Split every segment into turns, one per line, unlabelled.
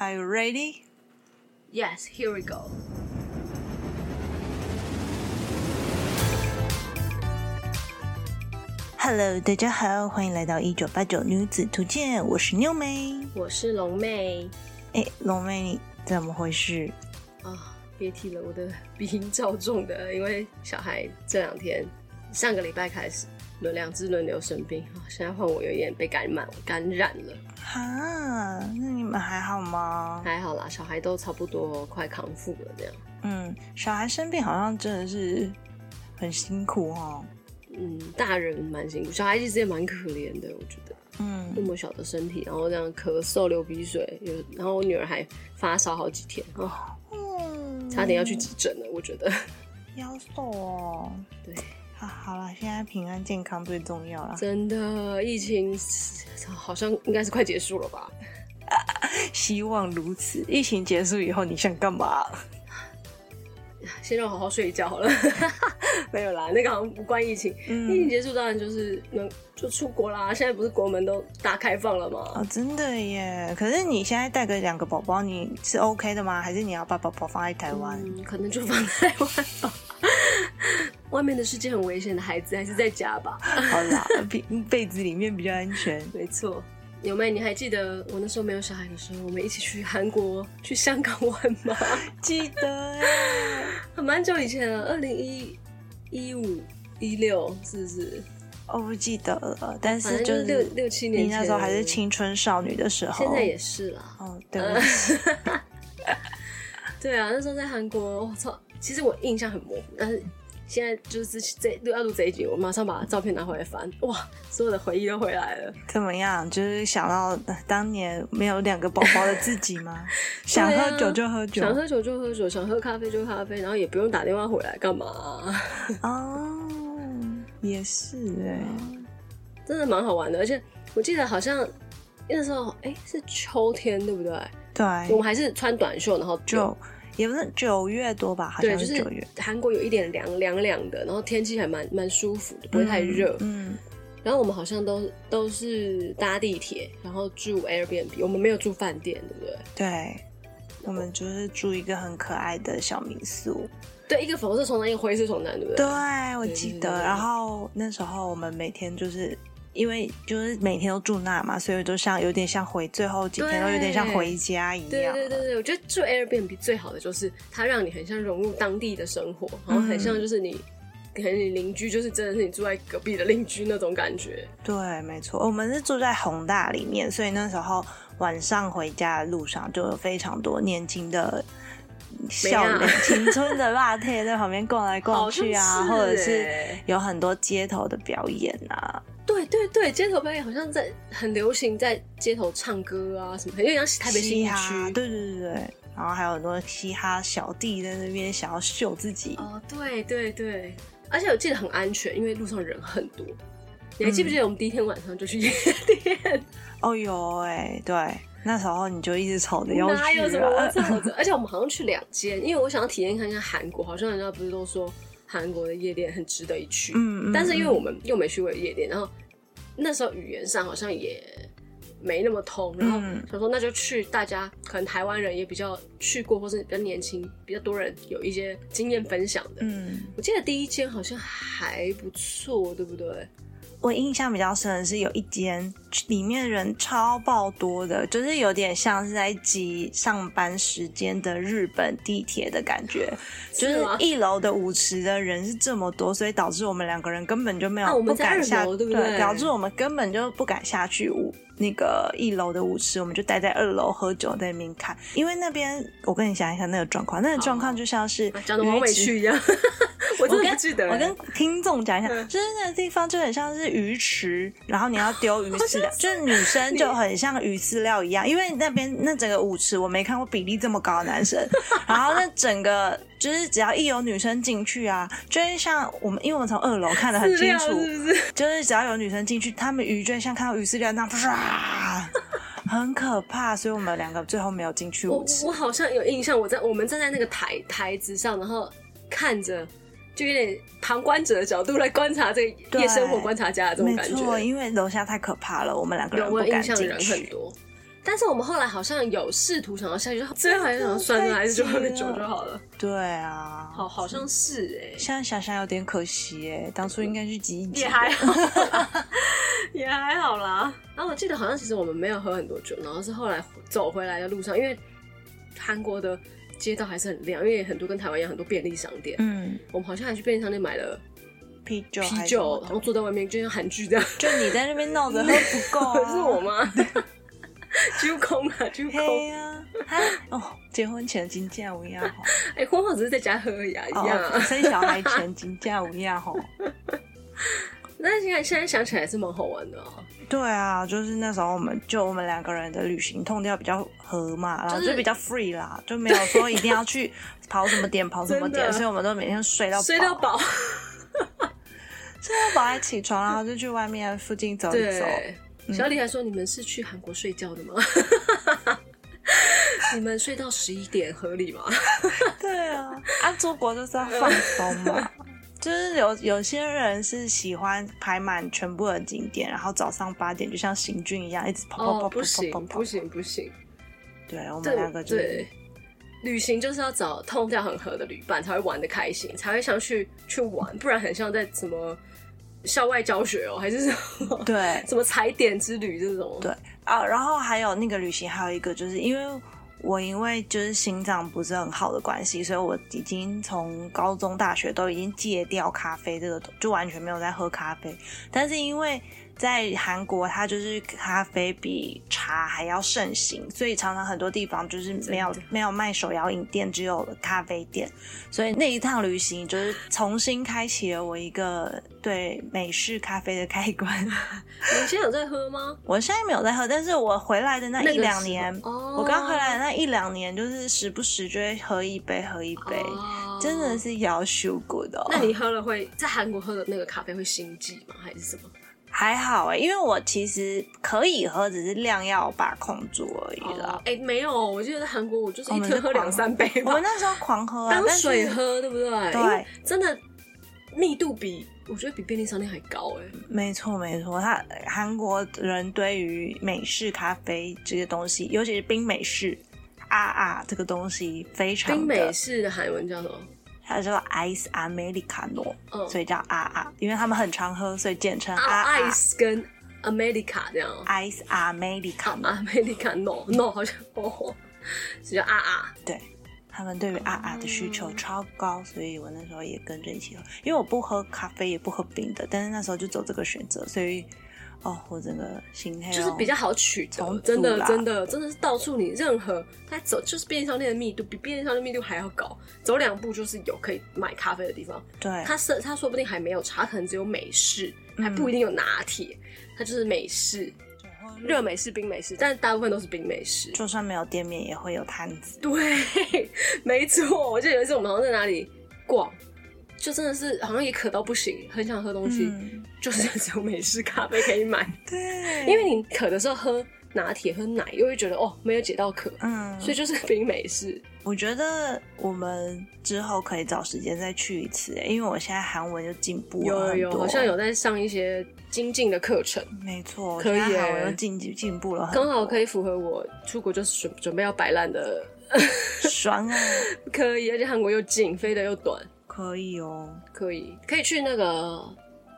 Are you ready?
Yes, here we go.
哈喽，大家好，欢迎来到一九八九女子图鉴，我是妞妹。
我是龙妹
哎，龙妹，你怎么回事？
啊，别提了，我的鼻音超重的，因为小孩这两天上个礼拜开始轮两只轮流生病，啊，现在换我有点被感染感染了，
哈，那你们还好吗？
还好啦，小孩都差不多快康复了这样。
嗯，小孩生病好像真的是很辛苦哦。
嗯，大人蛮辛苦，小孩其实也蛮可怜的，我觉得那
嗯，
么小的身体，然后这样咳嗽、流鼻水，有，然后我女儿还发烧好几天，啊，
嗯
差点要去急诊了，我觉得。
腰瘦哦。
对，
啊，好了，现在平安健康最重要啦。
真的，疫情好像应该是快结束了吧？
希望如此。疫情结束以后，你想干嘛？
先让我好好睡一觉好了。 没有啦，那个好像不关疫情。疫情
嗯，
结束当然就是能就出国啦。现在不是国门都大开放了吗？
哦，真的耶。可是你现在带个两个宝宝，你是 OK 的吗？还是你要把宝宝放在台湾？
嗯，可能就放在台湾吧。 外面的世界很危险的，孩子还是在家吧。
好啦， 被被子里面比较安全。
没错，有妹，你还记得我那时候没有小孩的时候，我们一起去韩国、去香港玩吗？
记得耶。
蛮久以前了，二零一一五一六是不是？
我不哦记得了，但
反
是
正
就
就
是
是六六七年
你
前，
那时候还是，青春少女的时候，
现在也嗯是啦。
哦，对不起，
对啊，那时候在韩国，我操！其实我印象很模糊，但是现在就是这这要录这一集，我马上把照片拿回来翻，哇，所有的回忆都回来了。
怎么样？就是想到呃当年没有两个宝宝的自己 吗？想
对啊
喝酒就喝酒
想喝酒就喝酒，想喝咖啡就咖啡，然后也不用打电话回来干嘛、
哦，也是哎，
真的蛮好玩的。而且我记得好像那时候，哎、是秋天对不
哎
对？我
对，
们还是穿短袖，然后
九也不是九月多吧，好
对，
像
就是是
九月，
韩国有一点凉凉凉的，然后天气还蛮蛮舒服的，不会太热。
嗯，
然后我们好像都都是搭地铁，然后住 Airbnb，我们没有住饭店，对不对？
对。我们就是住一个很可爱的小民宿，
对，一个粉红色床单，一个灰色床单，对
对
不对？
我
对
记
对
得。
对
然后那时候我们每天就是因为就是每天都住那嘛，所以就像有点像回最后几天都有点像回家一
对
样。
对对对，我觉得住 Airbnb 最好的就是它让你很像融入当地的生活，然
嗯
后很像就是你，可能你邻居就是真的是你住在隔壁的邻居那种感觉。
对没错，我们是住在宏大里面，所以那时候晚上回家的路上就有非常多年轻的。笑
没
脸
啊
青春的辣贴在旁边逛来逛去啊，
好像是
或者是
欸
有很多街头的表演啊，
对对对，街头表演好像在很流行，在街头唱歌啊什么，很有点像台北新
嘻
一
哈，
区。
啊对对对对，嗯然后还有很多嘻哈小弟在那边想要秀自己，
哦，对对对，而且我记得很安全，因为路上人很多。你还记不记得我们第一天晚上就去夜店？
哦有哎、对，那时候你就一直吵着要去、啊，
哪有什么走着？而且我们好像去两间，因为我想要体验看看韩国，好像人家不是都说韩国的夜店很值得一去，
嗯，嗯
但是因为
嗯
我们又没去过夜店，然后那时候语言上好像也没那么通，然后
嗯
想说那就去大家可能台湾人也比较去过，或是比较年轻、比较多人有一些经验分享的。
嗯，
我记得第一间好像还不错，对不对？
我印象比较深的是有一间里面人超爆多的，就是有点像是在挤上班时间的日本地铁的感觉，就是是
吗
一楼的舞池的人是这么多，所以导致我们两个人根本就没有、
啊我
不
们在
敢
二
下，
楼对不对
导致我们根本就不敢下去舞那个一楼的舞池，我们就待在二楼喝酒在那边看，因为那边我跟你讲一下那个状况，那个状况就像是
啊讲的我好
鱼
委
池
屈 一样，我真的不记得了。
我跟听众讲一下，
嗯
就是那个地方就很像是鱼池，然后你要丢鱼饲 料，就是女生就很像鱼饲料一样，因为那边那整个舞池我没看过比例这么高的男生，然后那整个就是只要一有女生进去啊，就会像我们，因为我们从二楼看得很
饲
清
料
楚，
是不是？
就是只要有女生进去，她们鱼就会像看到鱼饲料那样，唰，很可怕，所以我们两个最后没有进去
我
舞池
我。好像有印象，我在我们站在那个台台子上，然后看着，就有点旁观者的角度来观察这个夜生活
对
观察家的这
没
种感
错，
觉。
因为楼下太可怕了，我们两个人
有
不
我有
敢
印象
进
人很
去。
多，但是我们后来好像有试图想要下去，就最后还是想算了，还是就喝个酒就好了。
对啊，
好，好像是哎、
现在想想有点可惜哎，当初应该去挤一挤
也。还好啦，也还好啦。然后我记得好像其实我们没有喝很多酒，然后是后来走回来的路上，因为韩国的街道还是很亮，因为很多跟台湾一样很多便利商店。
嗯，
我们好像还去便利商店买了
啤酒还
啤
是
酒，
什么
然
的
后坐在外面就像韩剧这样。
就你在那边闹着喝不够
可
啊，
是我妈，揪空啊，揪空
嘿。呀、啊，哈哦，结婚前金价无恙吼，
哎，婚后只是在家喝而已啊，一样
哦，
啊。
生小孩前金价无恙吼。
那现在现在想起来是蛮好玩的哦。
对啊，就是那时候我们就我们两个人的旅行痛调比较合嘛，然后
就是
就比较 free 啦，就没有说一定要去跑什么点跑什么
真的
点，所以我们都每天睡到
睡到
饱，
饱，
睡到饱还起床，然后就去外面附近走一走。
对。
嗯
小李还说：“你们是去韩国睡觉的吗？ 你们睡到十一点合理吗？
对啊，啊，出国就是要放松嘛。 就是有有些人是喜欢排满全部的景点，然后早上八点就像行军一样一直跑跑跑
哦，
跑
不
跑
行
跑，跑
不。行，不行！
对我们
对
两个就是
对，旅行就是要找痛调很合的旅伴，才会玩的开心，才会想去去玩，不然很像在什么校外教学哦，还是什么
对
什么踩点之旅这种。
对啊，然后还有那个旅行还有一个就是因为。我因为就是心脏不是很好的关系，所以我已经从高中、大学都已经戒掉咖啡这个，就完全没有在喝咖啡。但是因为在韩国，它就是咖啡比茶还要盛行，所以常常很多地方就是没有
真的
没有卖手摇饮店，只有咖啡店。所以那一趟旅行就是重新开启了我一个对美式咖啡的开关。
你现在有在喝吗？
我现在没有在喝，但是我回来的那
那
一
个
两
时
年，
候哦
我刚回来的那一两年，就是时不时就会喝一杯，喝一杯，
哦
真的。是摇修过的哦、
那你喝了会在韩国喝的那个咖啡会心悸吗？还是什么？
还好哎、因为我其实可以喝，只是量要把控住而已啦。
哎、没有，我记得在韩国我就是
我
一
们
天
是
喝
狂
两三杯吧，
我哦们那时候狂喝、啊，
哦当
但是
水喝，对不对？
对
因为真的密度比我觉得比便利商店还高哎、
没错没错，他韩国人对于美式咖啡这个东西，尤其是冰美式啊啊这个东西非常的
冰美式的韩文叫什么？
它叫 Ice Americano，、
嗯
所以叫啊啊，因为他们很常喝，所以简称啊
啊
啊
ice 跟 America 这样哦。
Ice
啊
Americano，、
，America no no 好像哦，是叫啊啊，
对。他们对于啊啊的需求超高，所以我那时候也跟着一起喝，因为我不喝咖啡也不喝冰的，但是那时候就走这个选择，所以哦，我整个心态哦
就是比较好取得
哎重，组
真的
啦
真的真的是到处你任何它走就是便利商店的密度比便利商店密度还要高，走两步就是有可以买咖啡的地方。
对，
它是它说不定还没有茶，可能只有美式，还不一定有拿铁，它就是美式，
嗯
热美式、冰美式，但大部分都是冰美式。
就算没有店面也会有摊子，
嗯对，没错。我记得有一次我们好像在哪里逛，就真的是好像也渴到不行，很想喝东西，
嗯
就是只有美式咖啡可以买，
对，
因为你渴的时候喝拿铁、喝奶，又会觉得哦没有解到渴，
嗯，
所以就是冰美式。
我觉得我们之后可以找时间再去一次，因为我现在韩文就进步了
有
很
有，
多，
好像有在上一些精进的课程。
没错，
可以
现在韩
耶
文又进进步了很多，
刚好可以符合我出国就是准准备要摆烂的，
爽啊，
可以，而且韩国又近，飞的又短，
可以哦。
可以，可以去那个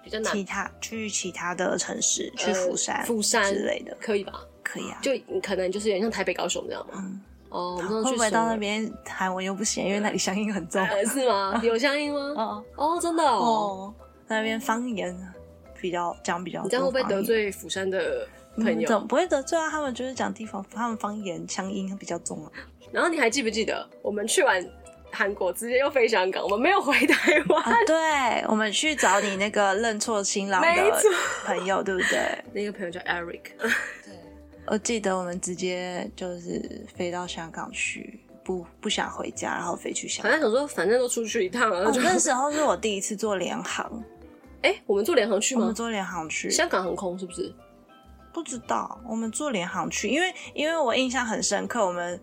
比较
其
南，
他去其他的城市，去
呃
釜山、
釜山
之类的，
可以吧？
可以啊。
就可能就是有点像台北、高雄这样嘛。
嗯
哦，我
会
们上次
不
去
会
首
到
尔
那？边韩文又不行？因为那里乡音很重。
啊呃，是吗？有相应吗？
哦
哦，真的哦。
哦，那边方言比较讲比较
你
多方言。
这样会不会得罪釜山的朋
嗯？怎
友
么？不会得罪啊？他们就是讲地方，他们方言乡音比较重啊。
然后你还记不记得我们去完韩国直接又飞香港，我们没有回台湾？
啊，对，我们去找你那个认错新郎
没
的
错
朋友，对不对？
那个朋友叫 Eric，
我记得我们直接就是飞到香港去，不不想回家，然后飞去香
好
港。
像想说反正都出去一趟了，
哦
啊就，
那时候是我第一次坐联航，
哎，我们坐联航去
我
吗
们？坐联航去，
香港航空是不是？
不知道我们坐联航去，因为因为我印象很深刻，我们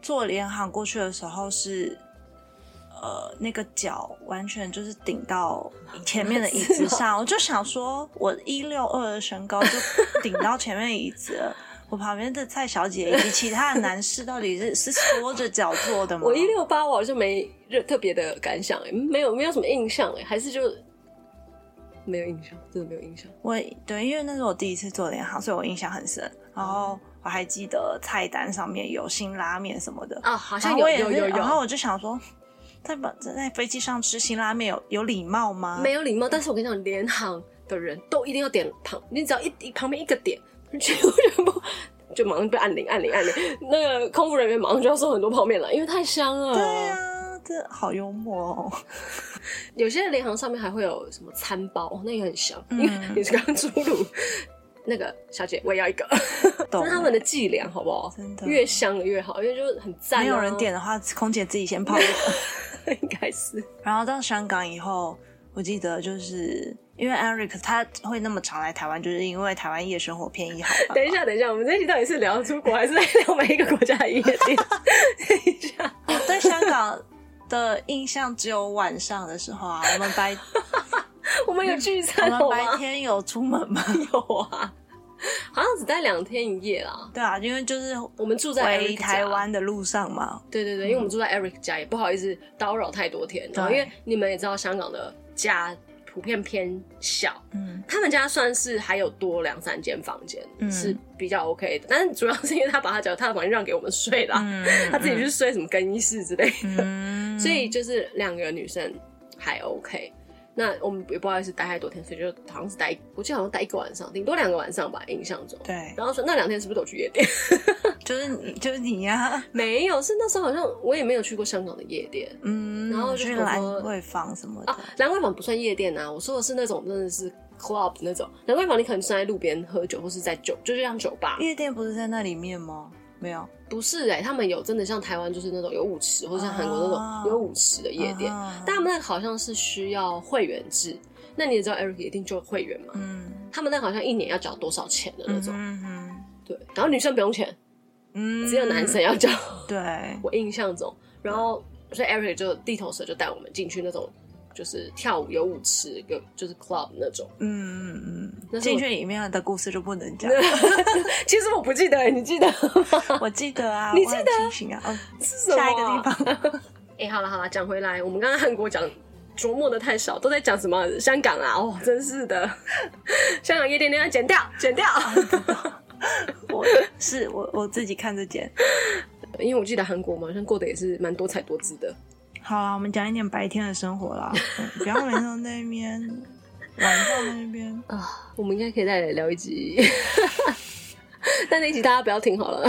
坐联航过去的时候是，呃，那个脚完全就是顶到前面的椅 子上，我就想说，我一六二的身高就顶到前面椅子了。我旁边的蔡小姐以及其他的男士到底是是缩着脚坐的吗？
我一六八我好像没热特别的感想、欸，没有没有什么印象、欸，还是就没有印象，真的没有印象。
我对，因为那是我第一次做联航，所以我印象很深。然后我还记得菜单上面有辛拉面什么的，
啊，好
然
像
后我
有
也
有
是
有
然
有
后我就想说，在把在飞机上吃辛拉面有有礼貌吗？
没有礼貌，但是我跟你讲，联航的人都一定要点旁，你只要 一一旁边一个点，全部全部就马上被按铃按铃按 铃，那个空服人员马上就要送很多泡面来，因为太香了。
对啊，这好幽默哦。
有些联航上面还会有什么餐包，那也很香，
嗯
因为你是刚出炉。那个小姐，我也要一个，这
懂
是他们的伎俩，好不好？
真的
越香的越好，因为就是很赞、啊。
没有人，点的话，空姐自己先泡一个。
应该是
然后到香港以后，我记得就是因为 Eric 他会那么常来台湾，就是因为台湾夜生活便宜好吧。
等一下，等一下，我们这一集到底是聊出国，还是在聊每一个国家的 夜店？等一下，
我对香港的印象只有晚上的时候啊，我们 白
我们有聚
我
餐
们
好
白
吗？
天有出门吗？
有啊，好像只待两天一夜啦。
对啊，因为就是
我们住在 Eric
回
家
台，湾的路上嘛，
对对对，因为我们住在 Eric 家，也不好意思叨扰太多天。啊然后因
嗯对
为你们也知道，香港的家普遍偏小，
嗯，
他们家算是还有多两三间房间、
嗯
是比较 OK 的，但是主要是因为他把他脚踏的房间让给我们睡啦，
嗯
他自己去睡什么更衣室之类的。
嗯，
所以就是两个女生还 OK。那我们也不好意思待太多天，所以就好像是待，我记得好像待一个晚上，顶多两个晚上吧，印象中。
对，
然后说那两天是不是都去 夜店？
就是你就是你呀、
没有，是那时候好像我也没有去过香港的夜店
嗯，
然后就
去
想说
兰桂坊什么的，
啊。兰桂坊不算夜店啊，我说的是那种真的是 club 那种。兰桂坊你可能是在路边喝酒，或是在酒，就是像酒吧。
夜店不是在那里面吗？没有
不是哎、他们有真的像台湾就是那种有舞池，或者像韩国那
啊
种有舞池的夜店，
啊
但他们那个好像是需要会员制。那你也知道 Eric 一定就有会员嘛，
嗯，
他们那好像一年要缴多少钱的那种，
嗯哼
对。然后女生不用钱，
嗯，
只有男生要缴。
对，嗯
我印象中，然后所以 Eric 就地头蛇就带我们进去那种就是跳舞有舞池有就是 club 那种。
嗯嗯嗯，
那是我
进去里面的故事就不能讲，
其实我不记得、你记得吗？
我记得啊，
你
我很
记得
清醒啊，哦
是什么
下一个地
啊
方，
哎、好了好了，讲回来，我们刚刚韩国讲琢磨的太少，都在讲什么香港啊？哦，真是的， 香港夜店那要剪掉，剪掉。
嗯我是我我自己看着剪。
因为我记得韩国嘛，好像过得也是蛮多彩多姿的。
好啊，我们讲一点白天的生活啦，嗯不要每天都在那边，晚上在那边。
啊，我们应该可以再来聊一集， 但那一集大家不要听好了，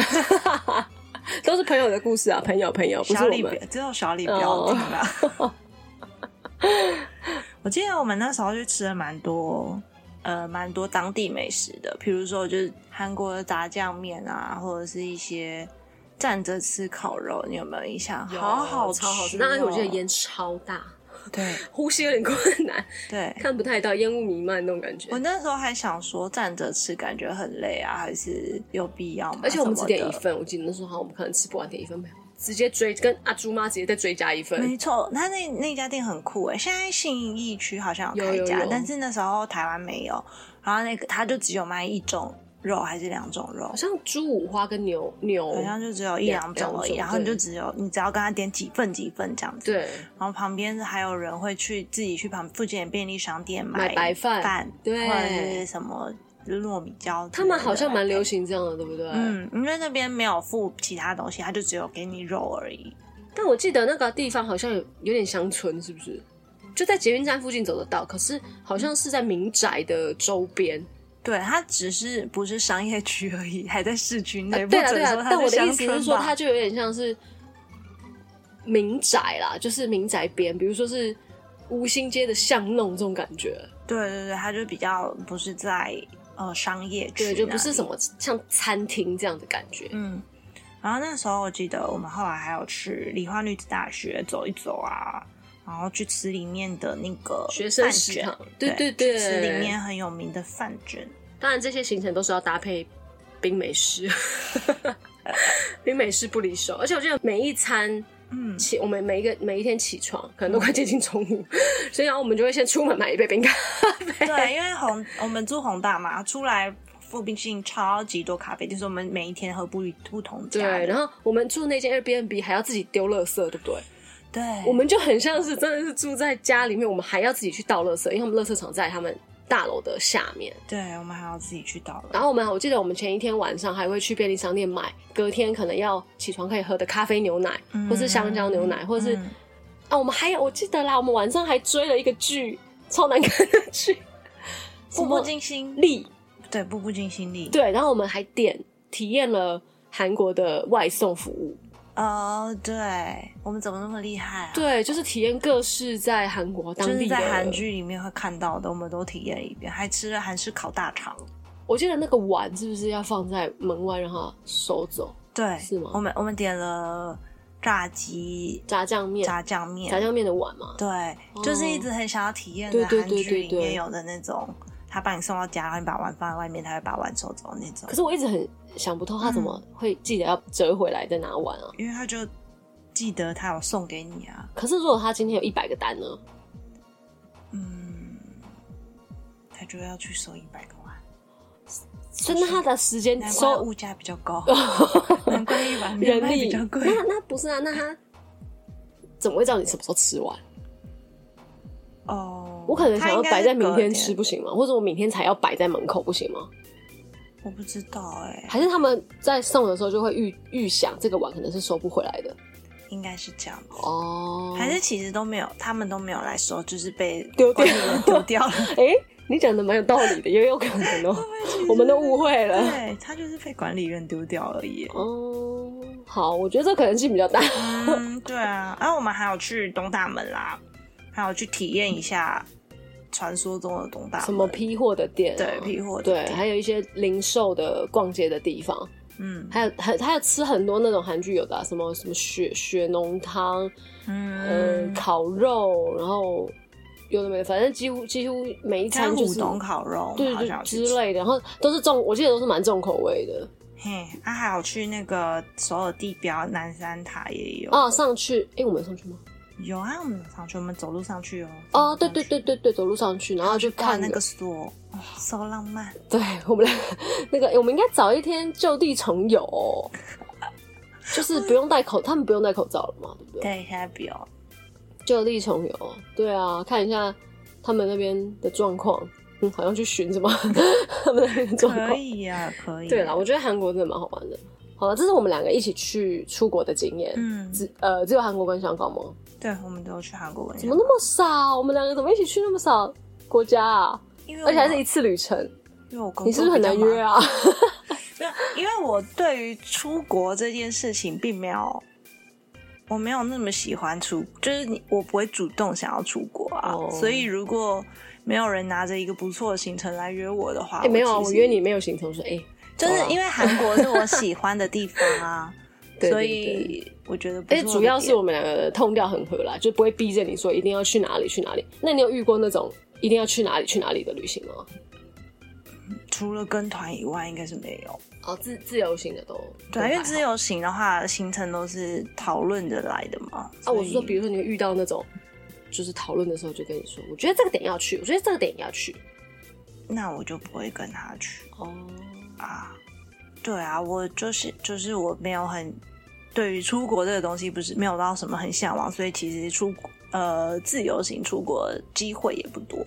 都是朋友的故事啊，朋友朋友，不是
小
我
李不
们。嗯
只有小李不要听啦。 我记得我们那时候就吃了蛮多，呃，蛮多当地美食的，比如说就是韩国的炸酱面啊，或者是一些站着吃烤肉，你有没有印象？好好吃、哦
超好吃，但是我记得，烟超大，
对
呼吸有点困难，
对。
看不太到，烟雾弥漫那种感觉
我。那时候还想说站着吃感觉很累啊，还是有必要吗？
而且我们
什
只
么
点
的
一份，我记得那时候好像我们可能吃不完点一份，没有，直接追跟阿朱妈直接再追加一份
没。错，他那那家店很酷哎，现在信义区好像有
有
开一家，
有有
但是那时候台湾没有。然后那个他就只有卖一种肉还是两种肉
好，像猪五花跟牛牛，
好像就只有一
两
两种而已。
哦两种
然后你就
对
只有你只要跟他点几份几份这样子。
对
然后旁边还有人会去自己去旁附近的便利商店
买白饭
饭，
对
或者是什么糯米椒之类的。
他们好像蛮流行这样的，对不对？
嗯，因为那边没有附其他东西，他就只有给你肉而已。
但我记得那个地方好像有有点乡村，是不是？就在捷运站附近走得到，可是好像是在民宅的周边。
对，它只是不是商业区而已，还在市区内，
呃
不
对啊，
准
对
说
啊。
它
但
是
我的
乡
意思是
村
说，
吧
它就有点像是民宅啦，就是民宅边，比如说是吴兴街的巷弄这种感觉。
对对对，它就比较不是在呃商业区，
对，就不是什。么像餐厅这样的感觉。
嗯，然后那时候我记得我们后来还有去梨花女子大学走一走啊，然后去吃里面的那个
学生
饭
食
卷
堂对
对
对
去吃
对
里面很有名的饭 卷。
当然，这些行程都是要搭配冰 美式，冰美式不离手。而且我记得每一餐
嗯，
起，我们每一个每一天起床，可能都快接近中午， 所以然后我们就会先出门买一杯冰咖啡。
对，因为红我们住宏大嘛，出来附近超级多咖啡店，所以我们每一天喝不不同家的。
对，然后我们住那间 Airbnb 还要自己丢垃圾，对不对？
对，
我们就很像是真的是住在家里面，我们还要自己去倒垃圾，因为他们垃圾场在他们大楼的下面。
对我们还要自己去倒了。
然后我们我记得我们前一天晚上还会去便利商店买隔天可能要起床可以喝的咖啡牛奶，
嗯
或是香蕉牛奶，或是、
嗯
啊，我们还有我记得啦，我们晚上还追了一个剧，超难看的剧，
步步惊心
力
对，步步惊心力。，
对，然后我们还点体验了韩国的外送服务，
哦，对，我们怎么那么厉害啊？，
对，就是体验各式在韩国当
就
地
是
的
在韩。剧里面会看到的，我们都体验了一遍，还吃了韩式烤大肠。
我记得那个碗是不是要放在门外让它收走？
对，
是吗
我们我们点了炸鸡、
炸酱面，
炸酱面，
炸酱面的碗嘛。
对，就是一直很想要体验
对
的
对
韩
对
剧
对
里
对
面有的那种，他把你送到家，然后你把碗放在外面，他会把碗收走那种
可。是我一直很想不通，他怎么会记得要折回来再拿碗啊？
因为他就记得他有送给你啊，
可是如果他今天有一百个单呢？
嗯，他就要去收一百个碗，
真的，他的时间
难怪
收哦
物价比较高，难怪一碗面
人
卖
力
啊比较贵。
那那不是啊？那他怎么会知道你什么时候吃完？
哦，
我可能
他
想要
应该
摆
是
在明
隔
天
点
吃，不行吗？或者我明天才要摆在门口不行吗？
我不知道哎、
还是他们在送的时候就会预预想这个碗可能是收不回来的
应该是这样吧。
哦？
还是其实都没有，他们都没有来收，就是被
丢掉
管理员丢掉 了。
哎、你讲的蛮有道理的，也有可能哦、我们都误会了。
对他就是被管理员丢掉而已。
哦，好，我觉得这可能性比较大。
嗯，对啊，然后我们还有去东大门啦，还有去体验一下传说中的东大门。
什么批货的店、啊，
对批货的
对，
店
还有一些零售的逛街的地方，
嗯
还有还还有吃很多那种韩剧有的啊、什么什么血血浓汤，呃，
嗯，
烤肉，然后有的没的，反正几乎几乎每一
像
餐就
虎
是
董烤肉，
对
我好
对
像有去
之
吃。
类的，然后都是重，我记得都是蛮重口味的
嘿，啊，还有去那个首尔地标南山塔也有。
啊。上去，哎，我们有上去吗？
有啊，我们有上去，我们走路上去哦。
哦，对
走路上
对
去
对对对，走路上去，然后就
哇，
看
那
着
个锁，哦，so 浪漫。
对 我们两个那个，诶我们应该早一天就地重游哦、就是不用戴口，他们不用戴口罩了嘛，对不对？
对，现在不要。
就地重游，对啊，看一下他们那边的状况，嗯，好像去寻什么 他们那边的状
可
况。
以啊，可以。
对啦，我觉得韩国真的蛮好玩的。好了，这是我们两个一起去出国的经验，
嗯，
只呃只有韩国跟香港吗？
对，我们都有去韩国玩。
怎么那么少？我们两个怎么一起去那么少国家啊？
因为我
而且还是一次旅程，
因为我工作
你是不是很难约
啊？
啊？
没有因为我对于出国这件事情并没有，我没有那么喜欢出，就是你我不会主动想要出国啊。
哦
所以如果没有人拿着一个不错的行程来约我的话，
哎、没有啊，
其
我
实
约你，没有行程，我说哎、
就是
好啊
因为韩国是我喜欢的地方 啊，
对对
所以我觉得不
而
错
且
的
主要哎是
点
我们两个的痛调很合啦，就不会逼着你说一定要去哪里去哪里。那你有遇过那种一定要去哪里去哪里的旅行吗？
除了跟团以外，应该是没有。
哦，自自由行的都
对啊，因为自
由
由行的话，行程都是讨论着来的嘛。
啊，
所以
我是说，比如说你会遇到那种，就是讨论的时候就跟你说，我觉得这个点要去，我觉得这个点要去。
那我就不会跟他去。
哦，
啊，对啊，我就是就是我没有很对于出国这个东西不是没有到什么很向往，所以其实出国呃自由行出国的机会也不多，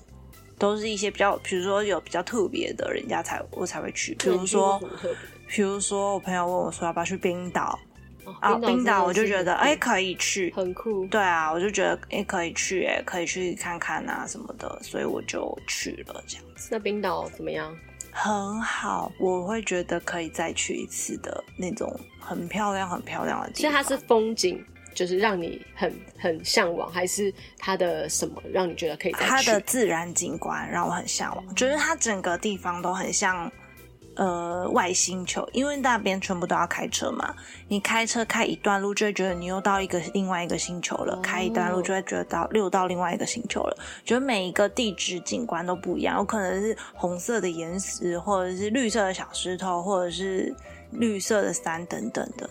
都是一些比较比如说有比较特别的人家才我才会去，比如说
那你去过什么特别
比如说我朋友问我说要不要去冰岛
哦
啊，
真
冰
的
岛我就是觉得
很
哎、可以去。
很酷。
对啊，我就觉得哎、可以去哎、可以去看看啊什么的，所以我就去了这样子。
那冰岛怎么样？
很好，我会觉得可以再去一次的那种很漂亮、很漂亮的地
所以
方。
它是风景，就是让你很很向往，还是它的什么让你觉得可以再去？
它的自然景观让我很向往，就是它整个地方都很像呃外星球，因为那边全部都要开车嘛。你开车开一段路，就会觉得你又到一个另外一个星球了；
哦
开一段路，就会觉得到又到另外一个星球了。觉得每一个地质景观都不一样，有可能是红色的岩石，或者是绿色的小石头，或者是绿色的山等等的。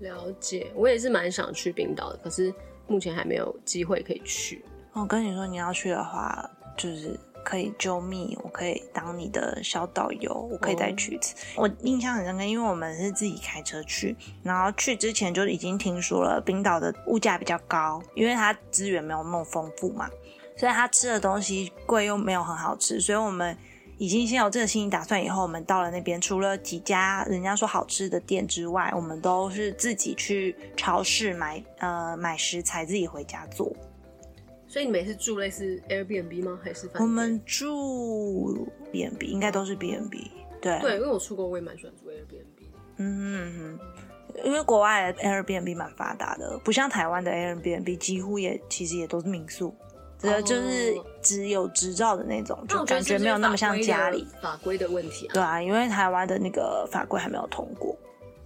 了解，我也是蛮想去冰岛的，可是目前还没有机会可以去。
我跟你说，你要去的话，就是可以救命，我可以当你的小导游，我可以再去一次。我印象很深刻，因为我们是自己开车去，然后去之前就已经听说了冰岛的物价比较高，因为它资源没有那么丰富嘛，所以它吃的东西贵又没有很好吃，所以我们。已经先有这个心理打算，以后我们到了那边，除了几家人家说好吃的店之外，我们都是自己去超市买呃买食材，自己回家做。
所以你们也是住类似 Airbnb 吗？还是饭店
我们住 B N B，应该都是 B N B。对，
对，因为我出国我也蛮喜欢住 Airbnb 的。
嗯嗯嗯，因为国外的 Airbnb 蛮发达的，不像台湾的 Airbnb 几乎也其实也都是民宿，只、
哦
就是只有执照的那种，
那
就
我
感
觉
没有那么像家里。
法规的问题啊。
对啊，因为台湾的那个法规还没有通过。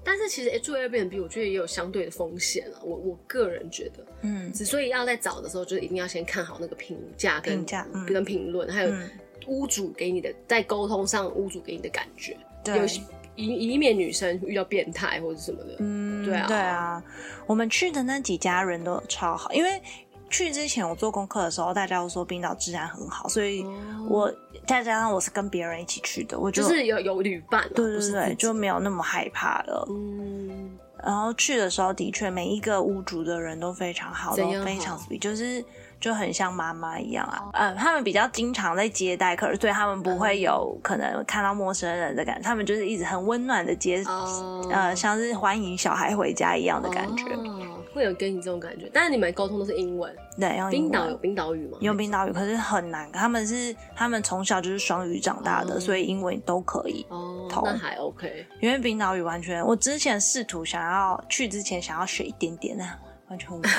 但是其实、诶住 Airbnb 我觉得也有相对的风险啊。我我个人觉得，
嗯，
之所以要在找的时候，就是一定要先看好那个评价跟
评价嗯
跟评论，还有
嗯
屋主给你的在沟通上屋主给你的感觉，
对
有些以以免女生遇到变态或者什么的。
嗯，
对啊
对啊，我们去的那几家人都超好，因为去之前我做功课的时候，大家都说冰岛治安很好，所以我、再加上我是跟别人一起去的，我就
哦就是有有旅伴啊、
对
不
对
是自
对，
己
就没有那么害怕了。
嗯，
然后去的时候，的确每一个屋主的人都非常好，
怎
都
样
非常
好
sweet，就是就很像妈妈一样啊。呃，他们比较经常在接待客人，所以他们不
嗯
会有可能看到陌生人的感觉，他们就是一直很温暖的接，
哦
呃，像是欢迎小孩回家一样的感觉。
哦会有跟你这种感觉。但是你们沟通都是英文，
对，用啊英
冰岛
文
有冰岛语吗？
用冰岛语，可是很难。他们是他们从小就是双语长大的，
哦
所以英文都可以。
哦，
头
那还 OK。
因为冰岛语完全，我之前试图想要去之前想要学一点点，那完全无法。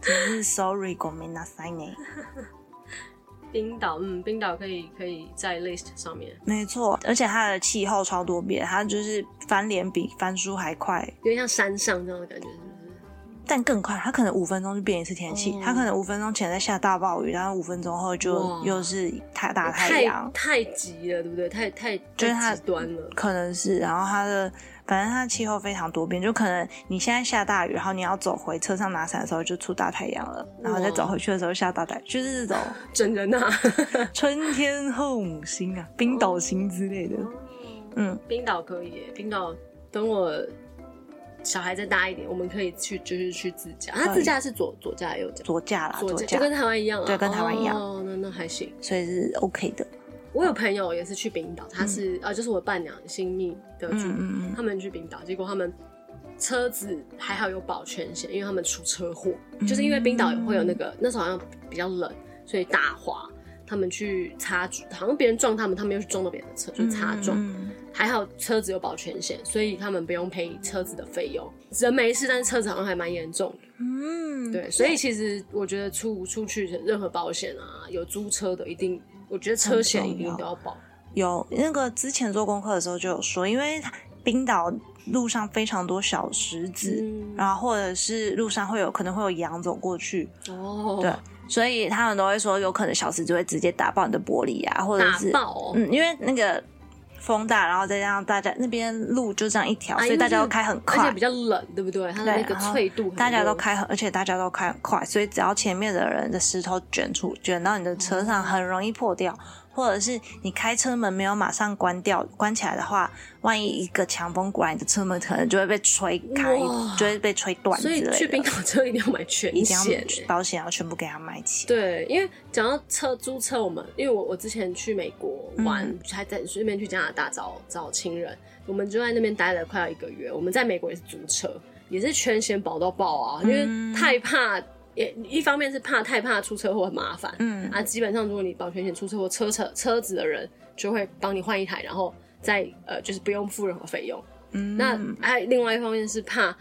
真是 sorry，国民那塞呢？
冰岛，嗯，冰岛可以可以在 list 上面，
没错，而且它的气候超多变，它就是翻脸比翻书还快，
有点像山上这样的感觉，是不是？
但更快。它可能五分钟就变一次天气，
哦
它可能五分钟前在下大暴雨，然后五分钟后就
哇
又是太大太
太
阳，
太急了，对不对？太太
就是
太
它
极端了。
可能是，然后它的反正它气候非常多变，就可能你现在下大雨，然后你要走回车上拿伞的时候就出大太阳了，然后再走回去的时候下大太阳，就是 这种
整人啊！
春天后母星啊、冰岛星之类的。 嗯，
冰岛可以耶，冰岛等我小孩再大一点，我们可以去就是去自驾。他自驾是左左驾还是右驾？
左驾啦，左
驾
驾
就，跟台湾一样啊，
对跟台湾一样
哦，那那还行。
所以是 OK 的。
我有朋友也是去冰岛，他是、啊，就是我伴娘新密的主，
嗯嗯嗯
他们去冰岛，结果他们车子还好有保全险，因为他们出车祸，
嗯
就是因为冰岛也会有那个那时候好像比较冷，所以大滑，他们去擦，好像别人撞他们，他们又去撞到别人的车，就擦撞。
嗯
还好车子有保全险，所以他们不用赔车子的费用。人没事，但是车子好像还蛮严重的。
嗯，
对，所以其实我觉得出出去任何保险啊，有租车的一定，我觉得车险一定都要保。
有那个之前做功课的时候就有说，因为冰岛路上非常多小石子，
嗯
然后或者是路上会有可能会有羊走过去，
哦，
对，所以他们都会说，有可能小石就会直接打爆你的玻璃啊，或者
打
是
爆哦。
嗯，因为那个风大，然后再加上大家那边路就这样一条，
啊
所以大家都开很
而
快
且比，较冷，对不对？它的
对
那个
然后
脆度很弱，
大家都开很，而且大家都开很快，所以只要前面的人的石头卷出卷到你的车上，很容易破掉。或者是你开车门没有马上关掉，关起来的话，万一一个强风过来，你的车门可能就会被吹开
哇，
就会被吹断之
所
类
以
的。
去冰岛车一定要买
一
全
定要
险、欸。
保险要全部给它买起。
对，因为讲到车租车，我们因为我我之前去美国玩，
嗯
还在顺便去加拿大找找亲人，我们就在那边待了快要一个月。我们在美国也是租车，也是全险保到爆啊，
嗯
因为太怕。也一方面是怕太怕出车祸很麻烦，
嗯
啊，基本上如果你保全险出车祸，车车车子的人就会帮你换一台，然后再呃就是不用付任何费用，
嗯，
那还有另外一方面是怕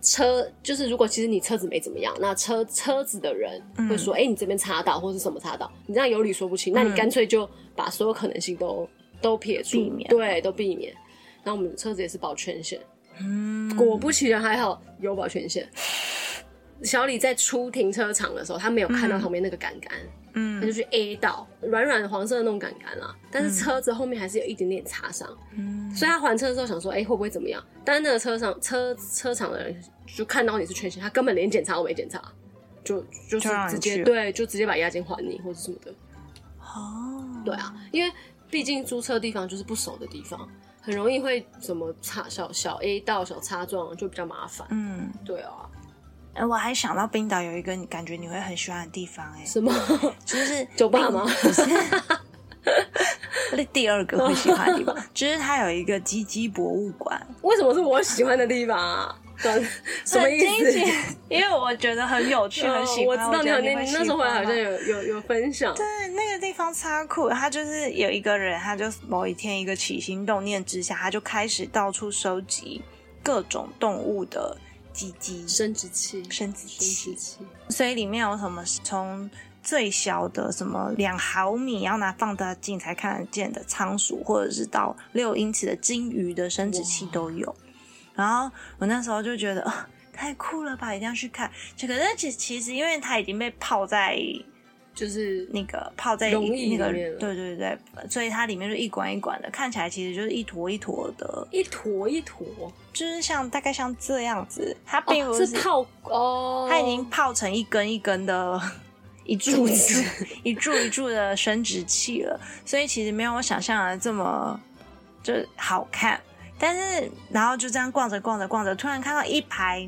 车，就是如果其实你车子没怎么样，那车车子的人
嗯
会说，哎、你这边擦到或是什么擦到，你这样有理说不清，那你干脆就把所有可能性都都撇除，
嗯避免
对，都避免。那我们车子也是保全险，嗯， 果不其然还好有保全险。小李在出停车场的时候，他没有看到旁边那个杆杆，
嗯
他就去 A 到软软的黄色的那种杆杆啦，但是车子后面还是有一点点擦伤，
嗯
所以他还车的时候想说，哎、会不会怎么样？但是那个车上车车厂的人就看到你是全险，他根本连检查都没检查，就就是
就让你
直接
去
对，就直接把押金还你或者什么的，
哦，
对啊，因为毕竟租车地方就是不熟的地方，很容易会什么擦小小 A 道、小擦撞，就比较麻烦。
嗯，
对啊，
哎我还想到冰岛有一个你感觉你会很喜欢的地方、哎，
什么
就是
酒吧吗？
不是，那第二个会喜欢的地 方，就是它有一个鸡鸡博物馆。
为什么是我喜欢的地方啊？对什么意
很惊
思？嗯哦
喜？因为我觉得很有 趣，很喜欢。
我知道你好
觉得
像
会
你
喜
那时候回来好
欢
像有有有分享，
对，那个地方超酷的。他就是有一个人，他就某一天一个起心动念之下，他就开始到处收集各种动物的鸡鸡、
生殖器，
生殖
生殖
器，
器，
所以里面有什么从最小的什么两毫米要拿放大镜才看得见的仓鼠，或者是到六英尺的金鱼的生殖器
哇
都有。然后我那时候就觉得、啊太酷了吧，一定要去看。就可是其其实因为它已经被泡在
就是
那个泡在
溶液
那个
里面了
对对对，所以它里面就一管一管的，看起来其实就是一坨一坨的，
一坨一坨，
就是像大概像这样子，它并不
哦，是泡哦，
它已经泡成一根一根的 一柱子 一柱一柱的生殖器了，所以其实没有我想象的这么就好看。但是然后就这样逛着逛着逛着，突然看到一排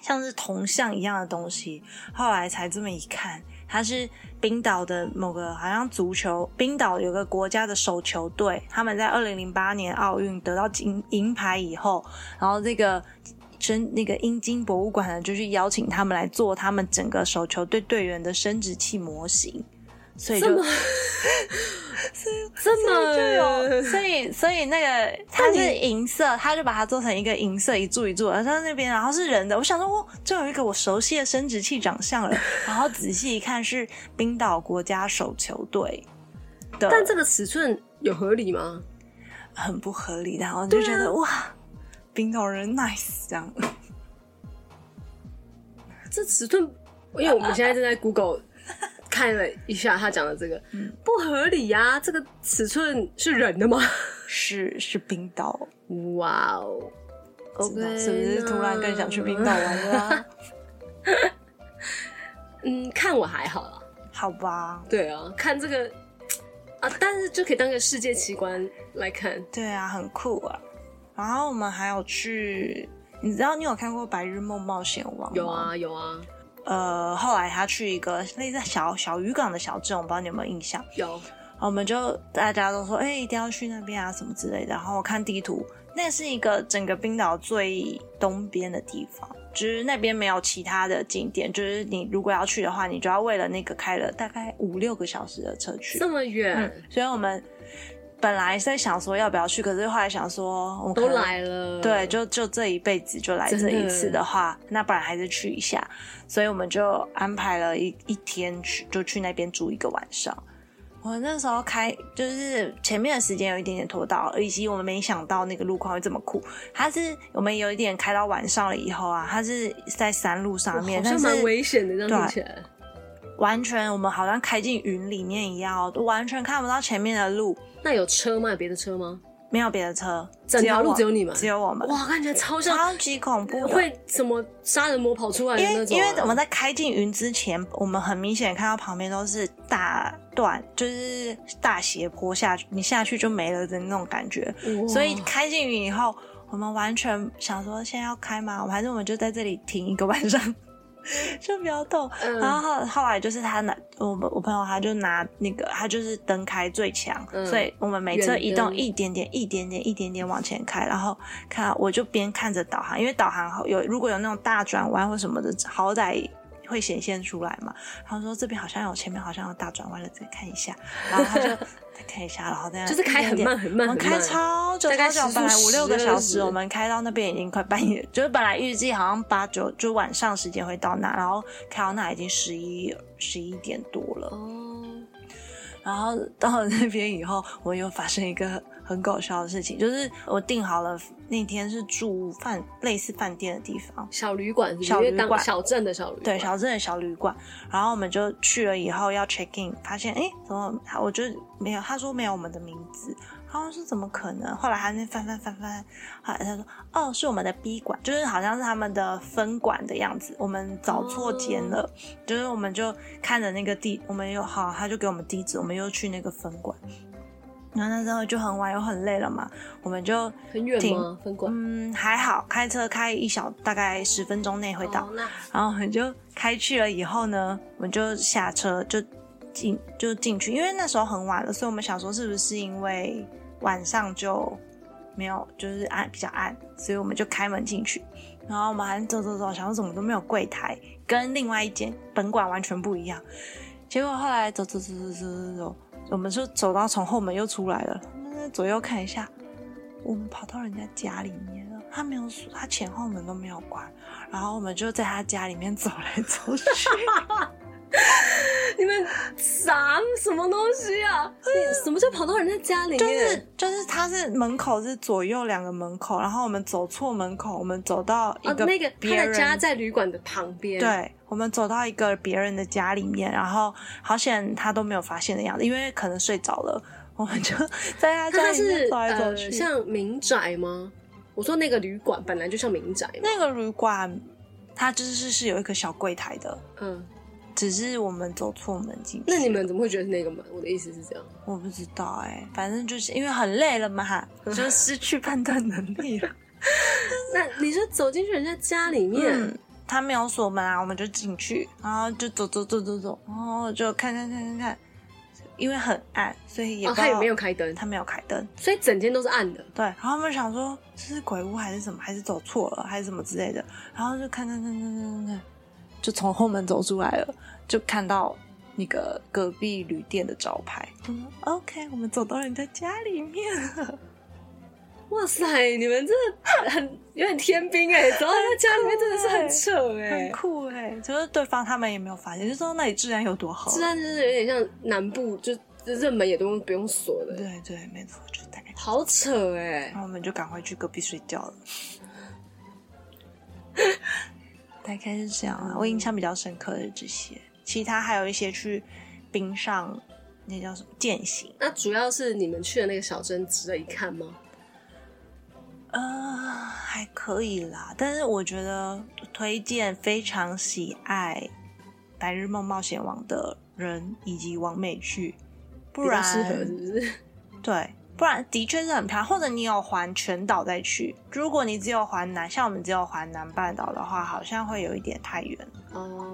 像是铜像一样的东西，后来才这么一看，它是冰岛的某个好像足球，冰岛有个国家的手球队，他们在二零零八年奥运得到金银牌以后，然后这个真那个英金博物馆呢，就去邀请他们来做他们整个手球队队员的生殖器模型，所以
这
就
么这
所以就有，
么
所以所以那个它是银色，他就把它做成一个银色一柱一柱，然后在那边然后是人的，我想说哦，这有一个我熟悉的生殖器长相了，然后仔细一看是冰岛国家手球队的，
但这个尺寸有合理吗？
很不合理，然后你就觉
对
得、
啊
哇，冰岛人 nice 这样，
这尺寸，因为我们现在正在 Google 看了一下他讲的这个，
嗯
不合理呀、这个尺寸是人的吗？
是是冰岛。
哇哦
知道
，OK，
是不是突然更想去冰岛
那？
玩了啊、
嗯，看我还好啦，
好吧，
对啊，看这个啊，但是就可以当个世界奇观来看。
对啊，很酷啊。然后我们还有去，你知道你有看过《白日梦冒险王》吗？
有。啊有啊
呃，后来他去一个类似小小渔港的小镇，我不知道你有没有印象。
有，
然后我们就大家都说，哎、一定要去那边啊，什么之类的。然后我看地图，那是一个整个冰岛最东边的地方，就是那边没有其他的景点，就是你如果要去的话，你就要为了那个开了大概五六个小时的车去。
这么远、
嗯，所以我们本来是在想说要不要去，可是后来想说我们可
都
能
来了，
对，就就这一辈子就来
真
这
的
一次的话，那不然还是去一下。所以我们就安排了一一天去，就去那边住一个晚上。我那时候开就是前面的时间有一点点拖到，以及我们没想到那个路况会这么酷。它是我们有一点开到晚上了以后啊，它是在山路
哇
上面，
好
但
像
是
蛮危险的，这样
对
听起来。
完全我们好像开进云里面一样哦，都完全看不到前面的路。
那有车吗？有别的车吗？
没有别的车，
整条路
我
只有你们
只有我们，
哇，看起来超像
超级恐怖的。
会什么杀人魔跑出来的
因
那
为
种啊、
因为我们在开进云之前，我们很明显看到旁边都是大段，就是大斜坡下去，你下去就没了的那种感觉。
哇
所以开进云以后，我们完全想说现在要开吗？我们还是我们就在这里停一个晚上， 就不要动。
嗯
然后后后来就是他拿我们我朋友他就拿那个他就是灯开最强，
嗯
所以我们每次
远
移动
灯
一点点一点点一点点往前开，然后看到我就边看着导航，因为导航后有如果有那种大转弯或什么的，好歹。会显现出来嘛？然后说这边好像有，前面好像有大转弯了，再看一下。然后他就再看一下，然后 再
就是开很慢
一点点
很慢
我们
很
开
慢
超久
大概
超久
时，速
本来五六个
10
小时，
20
我们开到那边已经快半夜，就是本来预计好像八九就晚上时间会到那，然后开到那已经十一十一点多了。
哦，
然后到了那边以后，我又发生一个很搞笑的事情，就是我订好了那天是住饭类似饭店的地方，
小旅馆是不是，
小旅
因为当
馆
小镇的小旅馆，
对，小镇的小旅馆。然后我们就去了以后要 check in，发现哎，诶怎么我就没有？他说没有我们的名字。然后说怎么可能？后来他那翻翻翻翻，后来他说哦是我们的 B 馆，就是好像是他们的分馆的样子，我们找错间了。
哦
就是我们就看着那个地，我们又好，他就给我们地址，我们又去那个分馆。然后那时候就很晚，又很累了嘛，我们就
很远
挺
吗？分馆
嗯还好，开车开一小大概十分钟内会到。
哦那
然后我们就开去了以后呢，我们就下车就进就进去，因为那时候很晚了，所以我们想说是不是因为晚上就没有就是暗比较暗，所以我们就开门进去。然后我们还走走走，想说怎么都没有柜台，跟另外一间本馆完全不一样。结果后来走走走走走走走，我们就走到从后门又出来了，左右看一下，我们跑到人家家里面了，他没有锁，他前后门都没有关，然后我们就在他家里面走来走去，
你们啥什么东西啊？你什么叫跑到人家家里面？
嗯就是 就是他是门口是左右两个门口，然后我们走错门口，我们走到一
啊，
哦个
那个
别
他
人
的家在旅馆的旁边。，
对，我们走到一个别人的家里面，然后好险他都没有发现的样子，因为可能睡着了，我们就在他家
他
里
是
面走来走
呃
去。
像民宅吗？我说那个旅馆本来就像民宅嘛。
那个旅馆，它就是是有一个小柜台的，
嗯，
只是我们走错门进去。
那你们怎么会觉得是那个门？我的意思是这样。
我不知道哎、反正就是因为很累了 嘛，就失去判断能力了。
那你说走进去人家家里面，
嗯，他没有锁门啊，我们就进去，然后就走走走走走，然后就看看看看看，因为很暗，所以也
哦，
不知
他也
道
没有开灯，
他没有开灯，
所以整间都是暗的。
对，然后我们想说这是鬼屋还是什么，还是走错了还是什么之类的，然后就看看看看看看看，就从后门走出来了，就看到那个隔壁旅店的招牌。嗯 OK，我们走到人家家里面了，
哇塞，你们真的很有点天 兵哎、走到人家家里面真的是很扯哎、
很酷哎、就是对方他们也没有发现，就知道那里治安有多好。
治安就是有点像南部，就就任门也都不用锁的，
对对，没错，就是大概。
好扯哎、
然后我们就赶快去隔壁睡觉了。 大概是这样啊，我印象比较深刻的是这些，其他还有一些去冰上，那叫什么践行？
那主要是你们去的那个小镇值得一看吗？
呃，还可以啦，但是我觉得推荐非常喜爱《白日梦冒险王》的人以及王美去，不
比较
然
适合是不是？
对，不然的确是很漂亮。或者你有环全岛再去，如果你只有环南，像我们只有环南半岛的话，好像会有一点太远。
哦，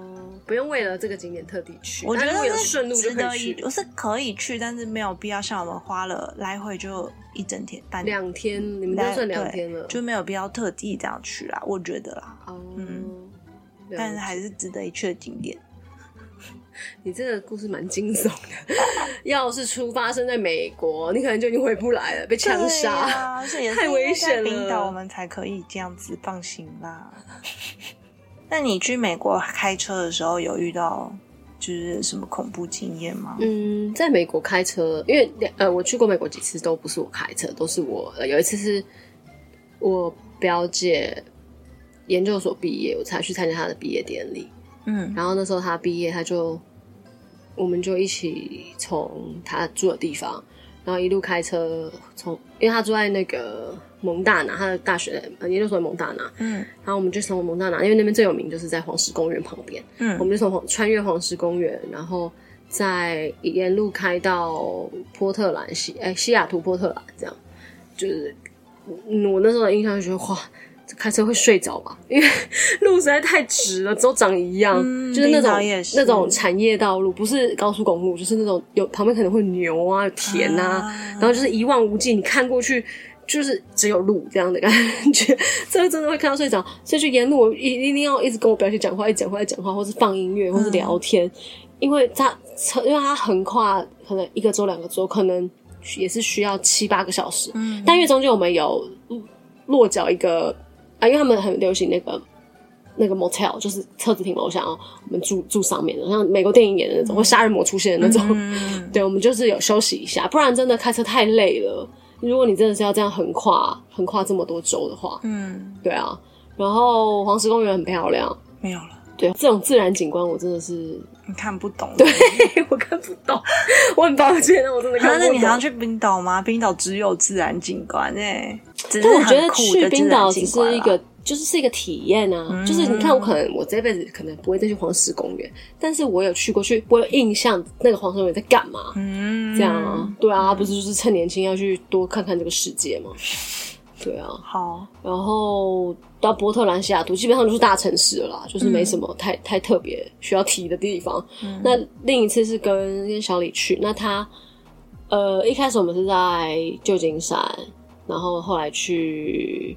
不用为了这个景点特地去，
我觉
但如
得
果有
是
顺路就
值
可
得
以
一，
去
我是可以去，但是没有必要像我们花了来回就一整天半天，
两天，你们就算两天了，
就没有必要特地这样去啦。我觉得啦，
哦。
嗯
了解
但是还是值得一去的景点。
你这个故事蛮惊悚的， 要是出发生在美国，你可能就已经回不来了，被枪
对
杀。
啊而且也是
太危险了
因为在冰岛我们才可以这样子放行啦。那你去美国开车的时候有遇到就是什么恐怖经验吗？
嗯，在美国开车，因为两呃，我去过美国几次，都不是我开车，都是我、呃、有一次是我表姐研究所毕业，我才去参加她的毕业典礼。
嗯
然后那时候她毕业，她就我们就一起从她住的地方，然后一路开车从，因为她住在那个蒙大拿，她的大学呃研究所在蒙大拿，
嗯
然后我们就从蒙大拿，因为那边最有名就是在黄石公园旁边。我
嗯
们就从黄穿越黄石公园，然后再沿路开到波特兰西，哎、西雅图波特兰这样，就是嗯我那时候的印象就觉得哇。这开车会睡着吧？因为路实在太直了，都长一样，
嗯
就是那
冰
种
岛也是
那种产业道路，不是高速公路，就是那种有旁边可能会有牛啊、有田啊，
啊
然后就是一望无际，你看过去就是只有路这样的感觉， 这个真的会看到睡着。所以就沿路我一一定要一直跟我表姐讲话，一直讲话，一直讲话，或是放音乐，或是
嗯
聊天，因为他因为他横跨可能一个州、两个州，可能也是需要七八个小时。
嗯
但因为中间我们有落脚一个啊，因为他们很流行那个那个 motel，就是车子停楼下哦，我们住住上面的，像美国电影演的那种，或杀人魔出现的那种。
嗯
对，我们就是有休息一下，不然真的开车太累了。如果你真的是要这样横跨横跨这么多州的话，
嗯，
对啊。然后黄石公园很漂亮，
没有了。
对，这种自然景观我真的 是
你看不懂。
对 我看不懂，我很抱歉，我真的看
啊，
不
那
懂。
你还要去冰岛吗？冰岛只有自然景观哎、只是
但我觉
很
得
酷
去
的
冰
自
岛
然
只
景
是
观
一
啦
个，就是是一个体验啊。
嗯
就是你看，我可能我这辈子可能不会再去黄石公园，但是我有去过去，我有印象那个黄石公园在干嘛。
嗯，
这样啊，对啊，不是就是趁年轻要去多看看这个世界嘛。对啊，
好，
然后到波特兰、西雅图，基本上就是大城市了啦，就是没什么太、太特别需要提的地方。
嗯
那另一次是跟跟小李去，那他呃一开始我们是在旧金山，然后后来去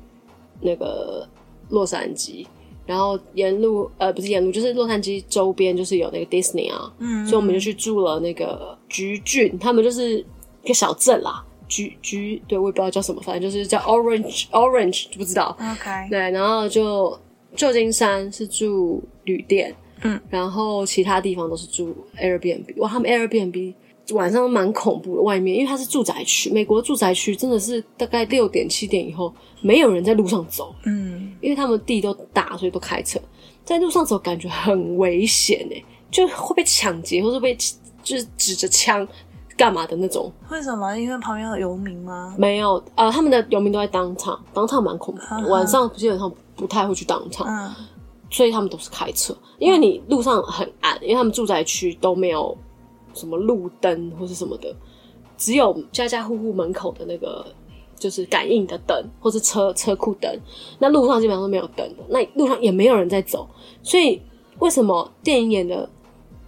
那个洛杉矶，然后沿路呃不是沿路，就是洛杉矶周边就是有那个 Disney 啊，
嗯，
所以我们就去住了那个橘郡，他们就是一个小镇啦，橘橘，对我也不知道叫什么，反正就是叫 Orange Orange，不知道。
OK，
对，然后就旧金山是住旅店，
嗯，
然后其他地方都是住 Airbnb。哇，他们 Airbnb 晚上都蛮恐怖的，外面因为它是住宅区，美国住宅区真的是大概六点七点以后没有人在路上走，
嗯，
因为他们地都大，所以都开车，在路上走感觉很危险哎、就会被抢劫或者被就是指着枪干嘛的那种。
为什么？因为旁边有游民吗？
没有，呃，他们的游民都在当场，当场蛮恐怖
啊
的，
哈
晚上基本上不太会去当场，
嗯
所以他们都是开车，因为你路上很暗，因为他们住宅区都没有什么路灯或是什么的，只有家家户户门口的那个就是感应的灯或是车车库灯，那路上基本上都没有灯的，那路上也没有人在走，所以为什么电影演的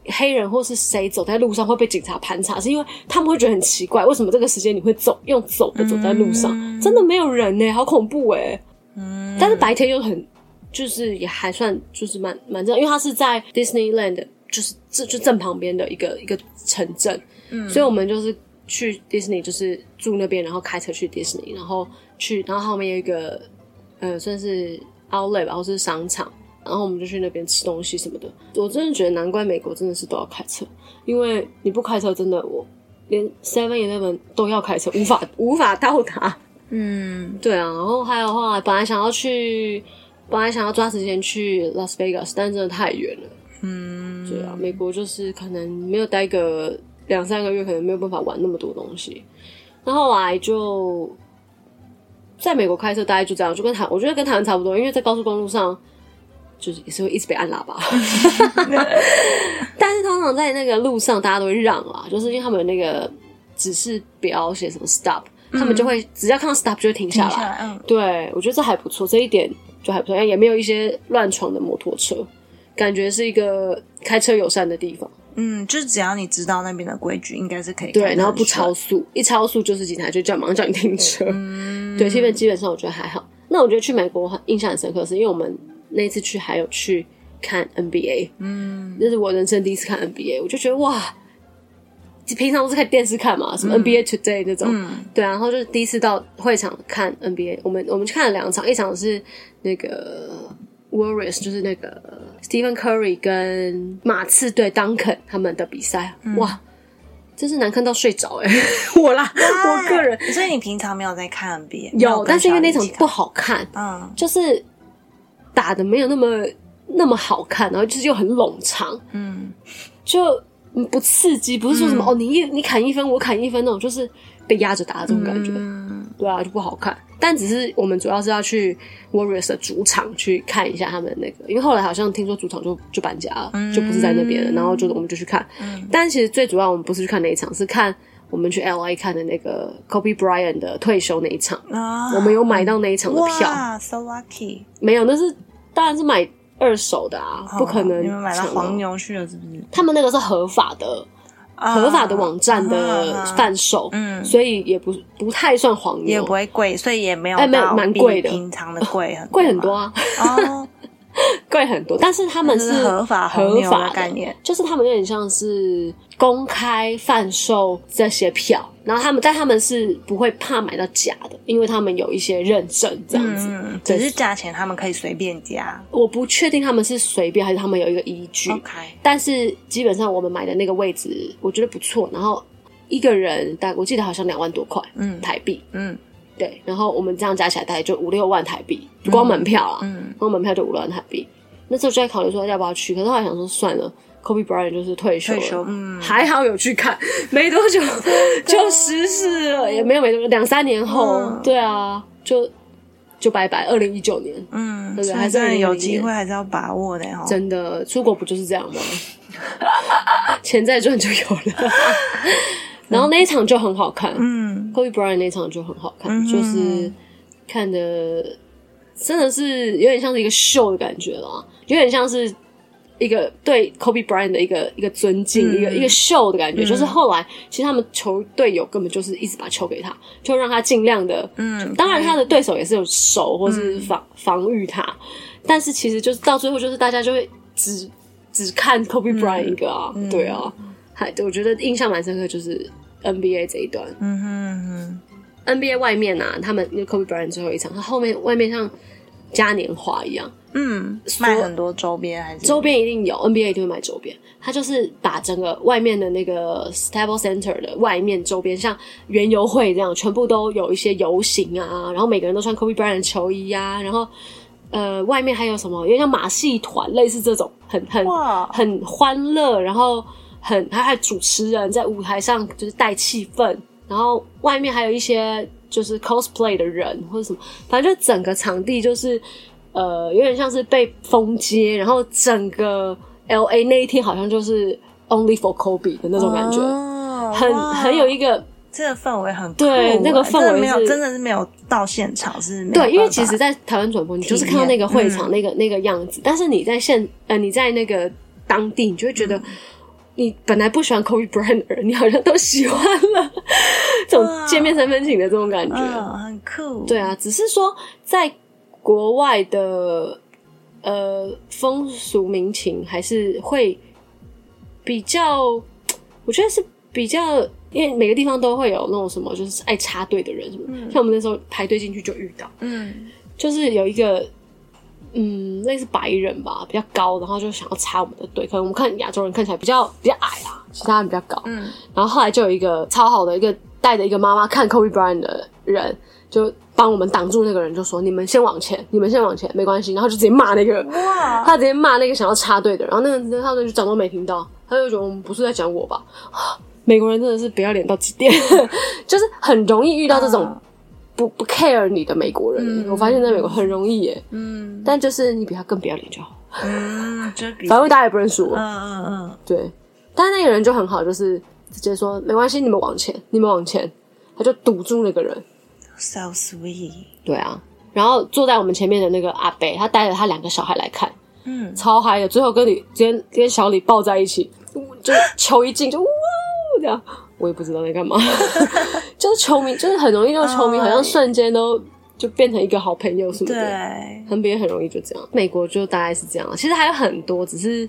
黑人或是谁走在路上会被警察盘查，是因为他们会觉得很奇怪，为什么这个时间你会走用走的走在路上，
嗯
真的没有人呢、好恐怖哎、
嗯，
但是白天又很，就是也还算就是蛮蛮正，因为它是在 Disneyland，的就是这就正旁边的一个一个城镇，
嗯
所以我们就是去 Disney，就是住那边，然后开车去 Disney，然后去，然后后面有一个呃算是 outlet 吧，或是商场。然后我们就去那边吃东西什么的，我真的觉得难怪美国真的是都要开车，因为你不开车真的我连 Seven Eleven 都要开车，无法无法到达。
嗯
对啊，然后还有后来本来想要去，本来想要抓时间去 Las Vegas，但真的太远了。
嗯，
对啊，美国就是可能没有待个两三个月，可能没有办法玩那么多东西。那后来就在美国开车，大概就这样，就跟台我觉得跟台湾差不多，因为在高速公路上就是也是会一直被按喇叭，但是通常在那个路上大家都会让啦，就是因为他们有那个指示标写什么 stop，他们就会、只要看到 stop 就会停
停
下
下
来。
来，嗯
对，我觉得这还不错，这一点就还不错，也没有一些乱闯的摩托车，感觉是一个开车友善的地方。
嗯，就是只要你知道那边的规矩，应该是可以
对，
看得
然后不
很顺
超，速，一超速就是警察就叫马上叫你停车。对，基本基本上我觉得还好。那我觉得去美国很印象很深刻，是因为我们那次去还有去看 NBA，
嗯
那是我人生第一次看 NBA，我就觉得哇，平常都是看电视看嘛，什么 NBA Today 那种，
嗯
对啊，然后就是第一次到会场看 NBA，我们我们去看了两场，一场是那个 Warriors，就是那个 Stephen Curry 跟马刺队 Duncan 他们的比赛，
嗯
哇，真是难看到睡着哎、 我啦，我个人
所以你平常没有在看 NBA，没
有，
跟
但是因为
小
那
李
场
一起
不
看，
好看，
嗯
就是打的没有那么那么好看，然后就是又很冗长，
嗯
就不刺激，不是说什么、哦你一你砍一分我砍一分那种，就是被压着打的这种感觉。
嗯
对啊，就不好看。但只是我们主要是要去 Warriors 的主场去看一下他们那个，因为后来好像听说主场就就搬家了，就不是在那
嗯
边了。然后就我们就去看，但其实最主要我们不是去看那一场，是看我们去 LA 看的那个 Kobe Bryant 的退休那一场。
啊，
我们有买到那一场的票，
哇，so lucky，
没有？那是当然是买二手的啊，不可
哦
能
你们买到
抢啊
黄。牛去了是不是？
他们那个是合法的，合法的网站的
啊啊
贩售，
嗯
所以也不不太算黄牛，
也不会贵，所以也没有
哎没有
到
蛮
比
贵的
平常的贵很
贵很
吧
多啊。
哦，
贵很多，但是他们
就是合法
合
红牛
法
的概念，
就是他们有点像是公开贩售这些票，然后他们但他们是不会怕买到假的，因为他们有一些认证这样子。
嗯，
对
只是价钱他们可以随便加。
我不确定他们是随便还是他们有一个依据，
OK，
但是基本上我们买的那个位置我觉得不错，然后一个人大我记得好像两万多块，
嗯
台币。
嗯
对，然后我们这样加起来大概就五六万台币，光门票啦，
嗯
光门票就五六万台币。那时候就在考虑说要不要去，可是后来想说算了，Kobe Bryant 就是退休了，
退休嗯
还好有去看，没多久就失事了，也没有没多久，两三年后，
嗯
对啊，就就拜拜，二零一九年，
嗯，
对
所以
还是
真的有
很
机
明
会还是要把握的哦哈。
真的出国不就是这样吗？ 钱再赚就有了， 然后那一场就很好看，
嗯
Kobe Bryant 那场就很好看，
嗯哼
就是看的真的是有点像是一个秀的感觉啦，有点像是一个对 Kobe Bryant 的一个一个尊敬，
嗯
一个一个秀的感觉。就是后来其实他们球队友根本就是一直把球给他，就让他尽量的，
嗯，
当然他的对手也是有守或是防、防御他，但是其实就是到最后就是大家就会只只看 Kobe
嗯
Bryant 一个啊，对啊，还我觉得印象蛮深刻就是 NBA 这一段。
嗯哼嗯
NBA 外面啊，他们因为 Kobe Bryant 最后一场，他后面外面像嘉年华一样，
哼嗯，卖很多周边还是
周边一定有 NBA 一定会买周边，他就是把整个外面的那个 Stable Center 的外面周边，像园游会这样，全部都有一些游行啊，然后每个人都穿 Kobe Bryant 的球衣啊，然后呃外面还有什么，有点像马戏团类似这种，很很
哇
很欢乐，然后很还还有主持人在舞台上就是带气氛，然后外面还有一些就是 cosplay 的人或者什么，反正就整个场地就是呃有点像是被封街，然后整个 L A 那一天好像就是 only for Kobe 的那种感觉，
哦
很
哇
很有一个
这个氛围很
对
酷
那个
欸
氛
真的
围
没有
是
真的是没有到现场是没有
对，因为
办
其
法
实，在台湾转播，你就是看到那个会场、那个那个样子，但是你在现呃，你在那个当地，你就会觉得，你本来不喜欢 Kobe Bryant 的人，你好像都喜欢了，这种见面三分情的这种感觉。
嗯很酷
对啊，只是说在国外的呃风俗民情还是会比较，我觉得是比较，因为每个地方都会有那种什么就是爱插队的人什么，像我们那时候排队进去就遇到。
嗯
就是有一个，嗯，类似白人吧，比较高，然后就想要插我们的队，可能我们看亚洲人看起来比较比较矮啊，其他人比较高，
嗯
然后后来就有一个超好的一个带着一个妈妈看 Kobe Bryant 的人，就帮我们挡住那个人，就说你们先往前，你们先往前，没关系，然后就直接骂那个，
哇
他直接骂那个想要插队的，然后那个那个插队就假装没听到，他就觉得我们不是在讲我吧。 美国人真的是不要脸到极 点，就是很容易遇到这种
嗯
不不 care 你的美国人。
嗯
我发现在美国很容易耶，
嗯
但就是你比他更不要脸就好，
嗯，就比
反正大家也不认识我。
嗯嗯
对，但那个人就很好，就是直接说没关系，你们往前，你们往前，他就堵住那个人。
嗯，so sweet，
对啊，然后坐在我们前面的那个阿北，他带着他两个小孩来看，
嗯，
超嗨的，最后跟你跟跟小李抱在一起，就是球一进就哇这样，我也不知道在干嘛， 就是球迷，就是很容易让球迷好像瞬间都就变成一个好朋友什么的
对，
，NBA 很容易就这样，美国就大概是这样，啊其实还有很多，只是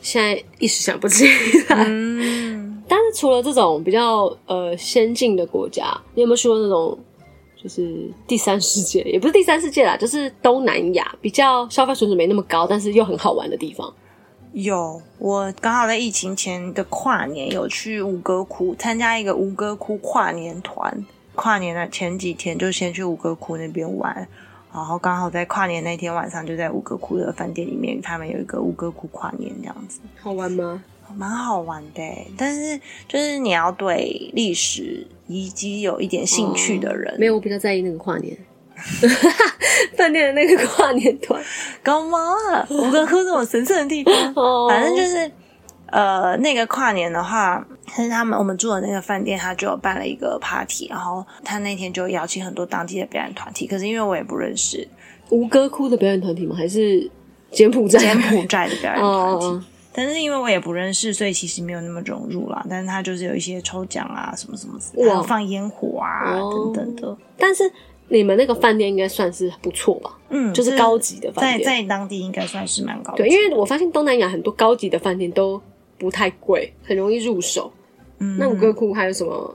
现在一时想不起来。
嗯，
但是除了这种比较呃先进的国家，你有没有去过那种就是第三世界，也不是第三世界啦，就是东南亚比较消费水准没那么高，但是又很好玩的地方？
有，我刚好在疫情前的跨年有去吴哥窟参加一个吴哥窟跨年团，跨年的前几天就先去吴哥窟那边玩。然后刚好在跨年那天晚上，就在吴哥窟的饭店里面，他们有一个吴哥窟跨年这样子。
好玩吗？
蛮好玩的欸，但是就是你要对历史遗迹有一点兴趣的人，
没有，我比较在意那个跨年， 饭店的那个跨年团。
干嘛啊？吴哥窟这种神圣的地方，
哦
反正就是呃，那个跨年的话，是他们我们住的那个饭店，他就有办了一个 party，然后他那天就邀请很多当地的表演团体，可是因为我也不认识
吴哥窟的表演团体吗？还是柬埔寨？
柬埔寨的表演团
哦
体。
哦
但是因为我也不认识，所以其实没有那么融入啦。但是他就是有一些抽奖啊，什么什么之类的，还有
哇
放烟火啊、
哦
等等的。
哦但是你们那个饭店应该算是不错吧？
嗯，
就是高级的饭
在
店。
在当地应该算是蛮高级。
对，因为我发现东南亚很多高级的饭店都不太贵，很容易入手。
嗯
那吴哥窟还有什么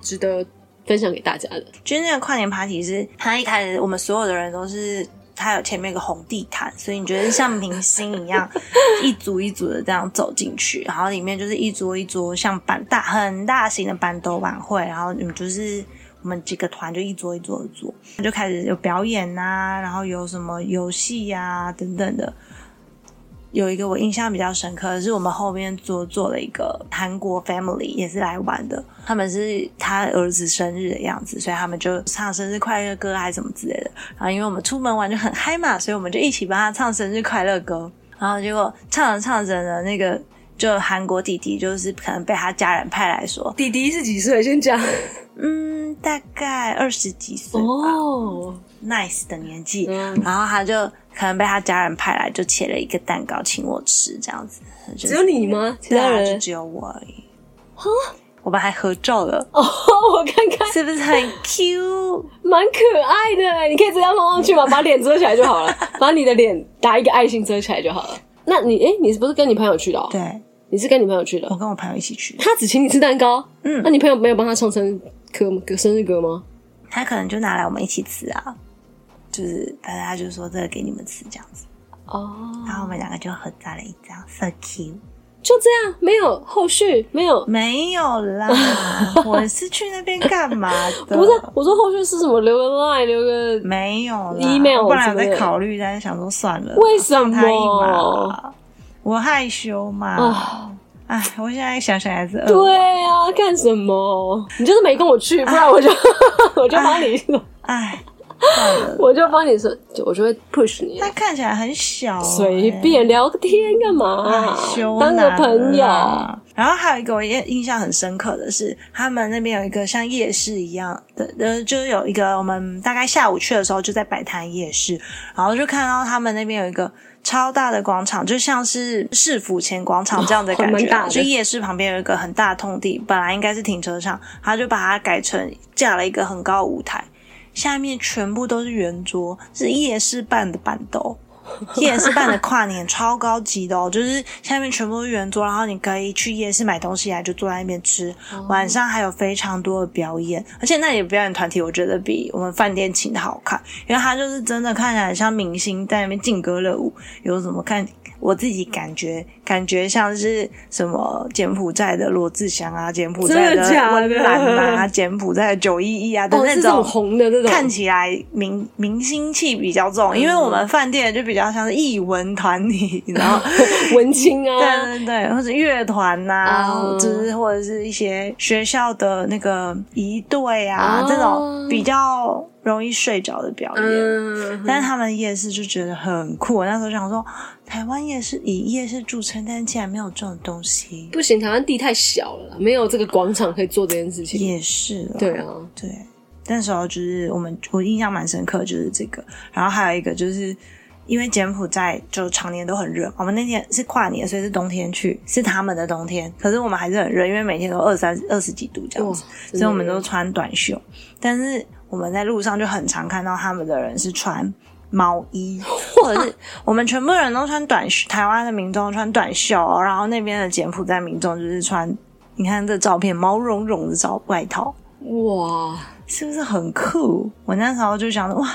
值得分享给大家的？
就是那个跨年 party 是，他一开始我们所有的人都是，他有前面有个红地毯，所以你觉得像明星一样，一组一组的这样走进去，然后里面就是一桌一桌像板大很大型的板斗晚会，然后你们就是。我们几个团就一桌一桌的坐，啊就开始有表演呐、然后有什么游戏呀、等等的，有一个我印象比较深刻的是，我们后面做做了一个韩国 family 也是来玩的，他们是他儿子生日的样子，所以他们就唱生日快乐歌还是什么之类的。然后因为我们出门玩就很嗨嘛，所以我们就一起帮他唱生日快乐歌。然后结果唱着唱着呢，那个就韩国弟弟就是可能被他家人派来说，
弟弟是几岁？先讲
嗯，大概二十几岁吧、
哦，
n i c e 的年纪。
嗯
然后他就可能被他家人派来，就切了一个蛋糕请我吃，这样子。就是
只有你吗？其
对
他
啊，就
人？啊
只有我而已。我们还合照了，
哦，我看看，
是不是很 Q？
蛮可爱的。欸你可以这样放上去吗？把脸遮起来就好了，把你的脸打一个爱心遮起来就好了。那你哎、你是不是跟你朋友去的、哦？，
对
你是跟你朋友去的哦
我。跟我朋友一起去，
他只请你吃蛋糕，
嗯
那你朋友没有帮他唱生歌歌生日歌吗？
他可能就拿来我们一起吃啊，就是反正他就说这个给你们吃这样子，
哦，
然后我们两个就合照了一张，so cute。
就这样，没有后续，没有，
没有 啦，我是去那边干嘛的？
不是，我说后续是什么？留个 line，留个
没有啦
Email
本来有
之类
在
的
考虑，但是想说算了，
为什
放他一
么
马？我害羞嘛
啊。
哎、我现在想想还是饿。
对啊，干什么？你就是没跟我
啊
去，不然我就 我就帮你，
哎，算了
我就帮你说，就我就会 push 你
他，看起来很小、欸，
随便聊个天干
害
嘛？
羞
哎啊当个
男
朋友，
啊然后还有一个我印印象很深刻的是，他们那边有一个像夜市一样的，呃，就是有一个我们大概下午去的时候就在摆摊夜市，然后就看到他们那边有一个超大的广场，就像是市府前广场这样的感
哦
觉
蛮
啊，
大的
就夜市旁边有一个很大的空地，本来应该是停车场，他就把它改成架了一个很高的舞台。下面全部都是圆桌，是夜市办的板凳。 夜市办的跨年超高级的哦，就是下面全部都是圆桌，然后你可以去夜市买东西来，就坐在那边吃。
哦
晚上还有非常多的表演，而且那里的表演团体我觉得比我们饭店请的好看，因为他就是真的看起来像明星在那边劲歌热舞，有什么看？我自己感觉感觉像是什么柬埔寨的罗志祥啊，柬埔寨
真的 假的
温岚啊，柬埔寨的九一一啊的
哦，
那
是这种红的这种，嗯
看起来明明星气比较重，因为我们饭店就比较像是艺文团 体，然
哦
后
文青啊，
对对对，或者乐团呐
嗯，
就是或者是一些学校的那个仪队啊
哦
这种比较容易睡着的表演。
嗯，
但是他们夜市就觉得很酷，我那时候想说，台湾夜市以夜市著称，但是竟然没有这种东西，
不行，台湾地太小了啦，没有这个广场可以做这件事情。
也是啦
对啊，
对，那时候就是我们我印象蛮深刻，就是这个，然后还有一个就是。因为柬埔寨就常年都很热，我们那天是跨年，所以是冬天去，是他们的冬天。可是我们还是很热，因为每天都二三二十几度这样
哇
子，，
真的
所以我们都穿短袖。但是我们在路上就很常看到他们的人是穿毛衣，或者是我们全部人都穿短袖，台湾的民众穿短袖，然后那边的柬埔寨民众就是穿，你看这照片毛茸茸的罩外套，
哇，
是不是很酷？我那时候就想着，哇，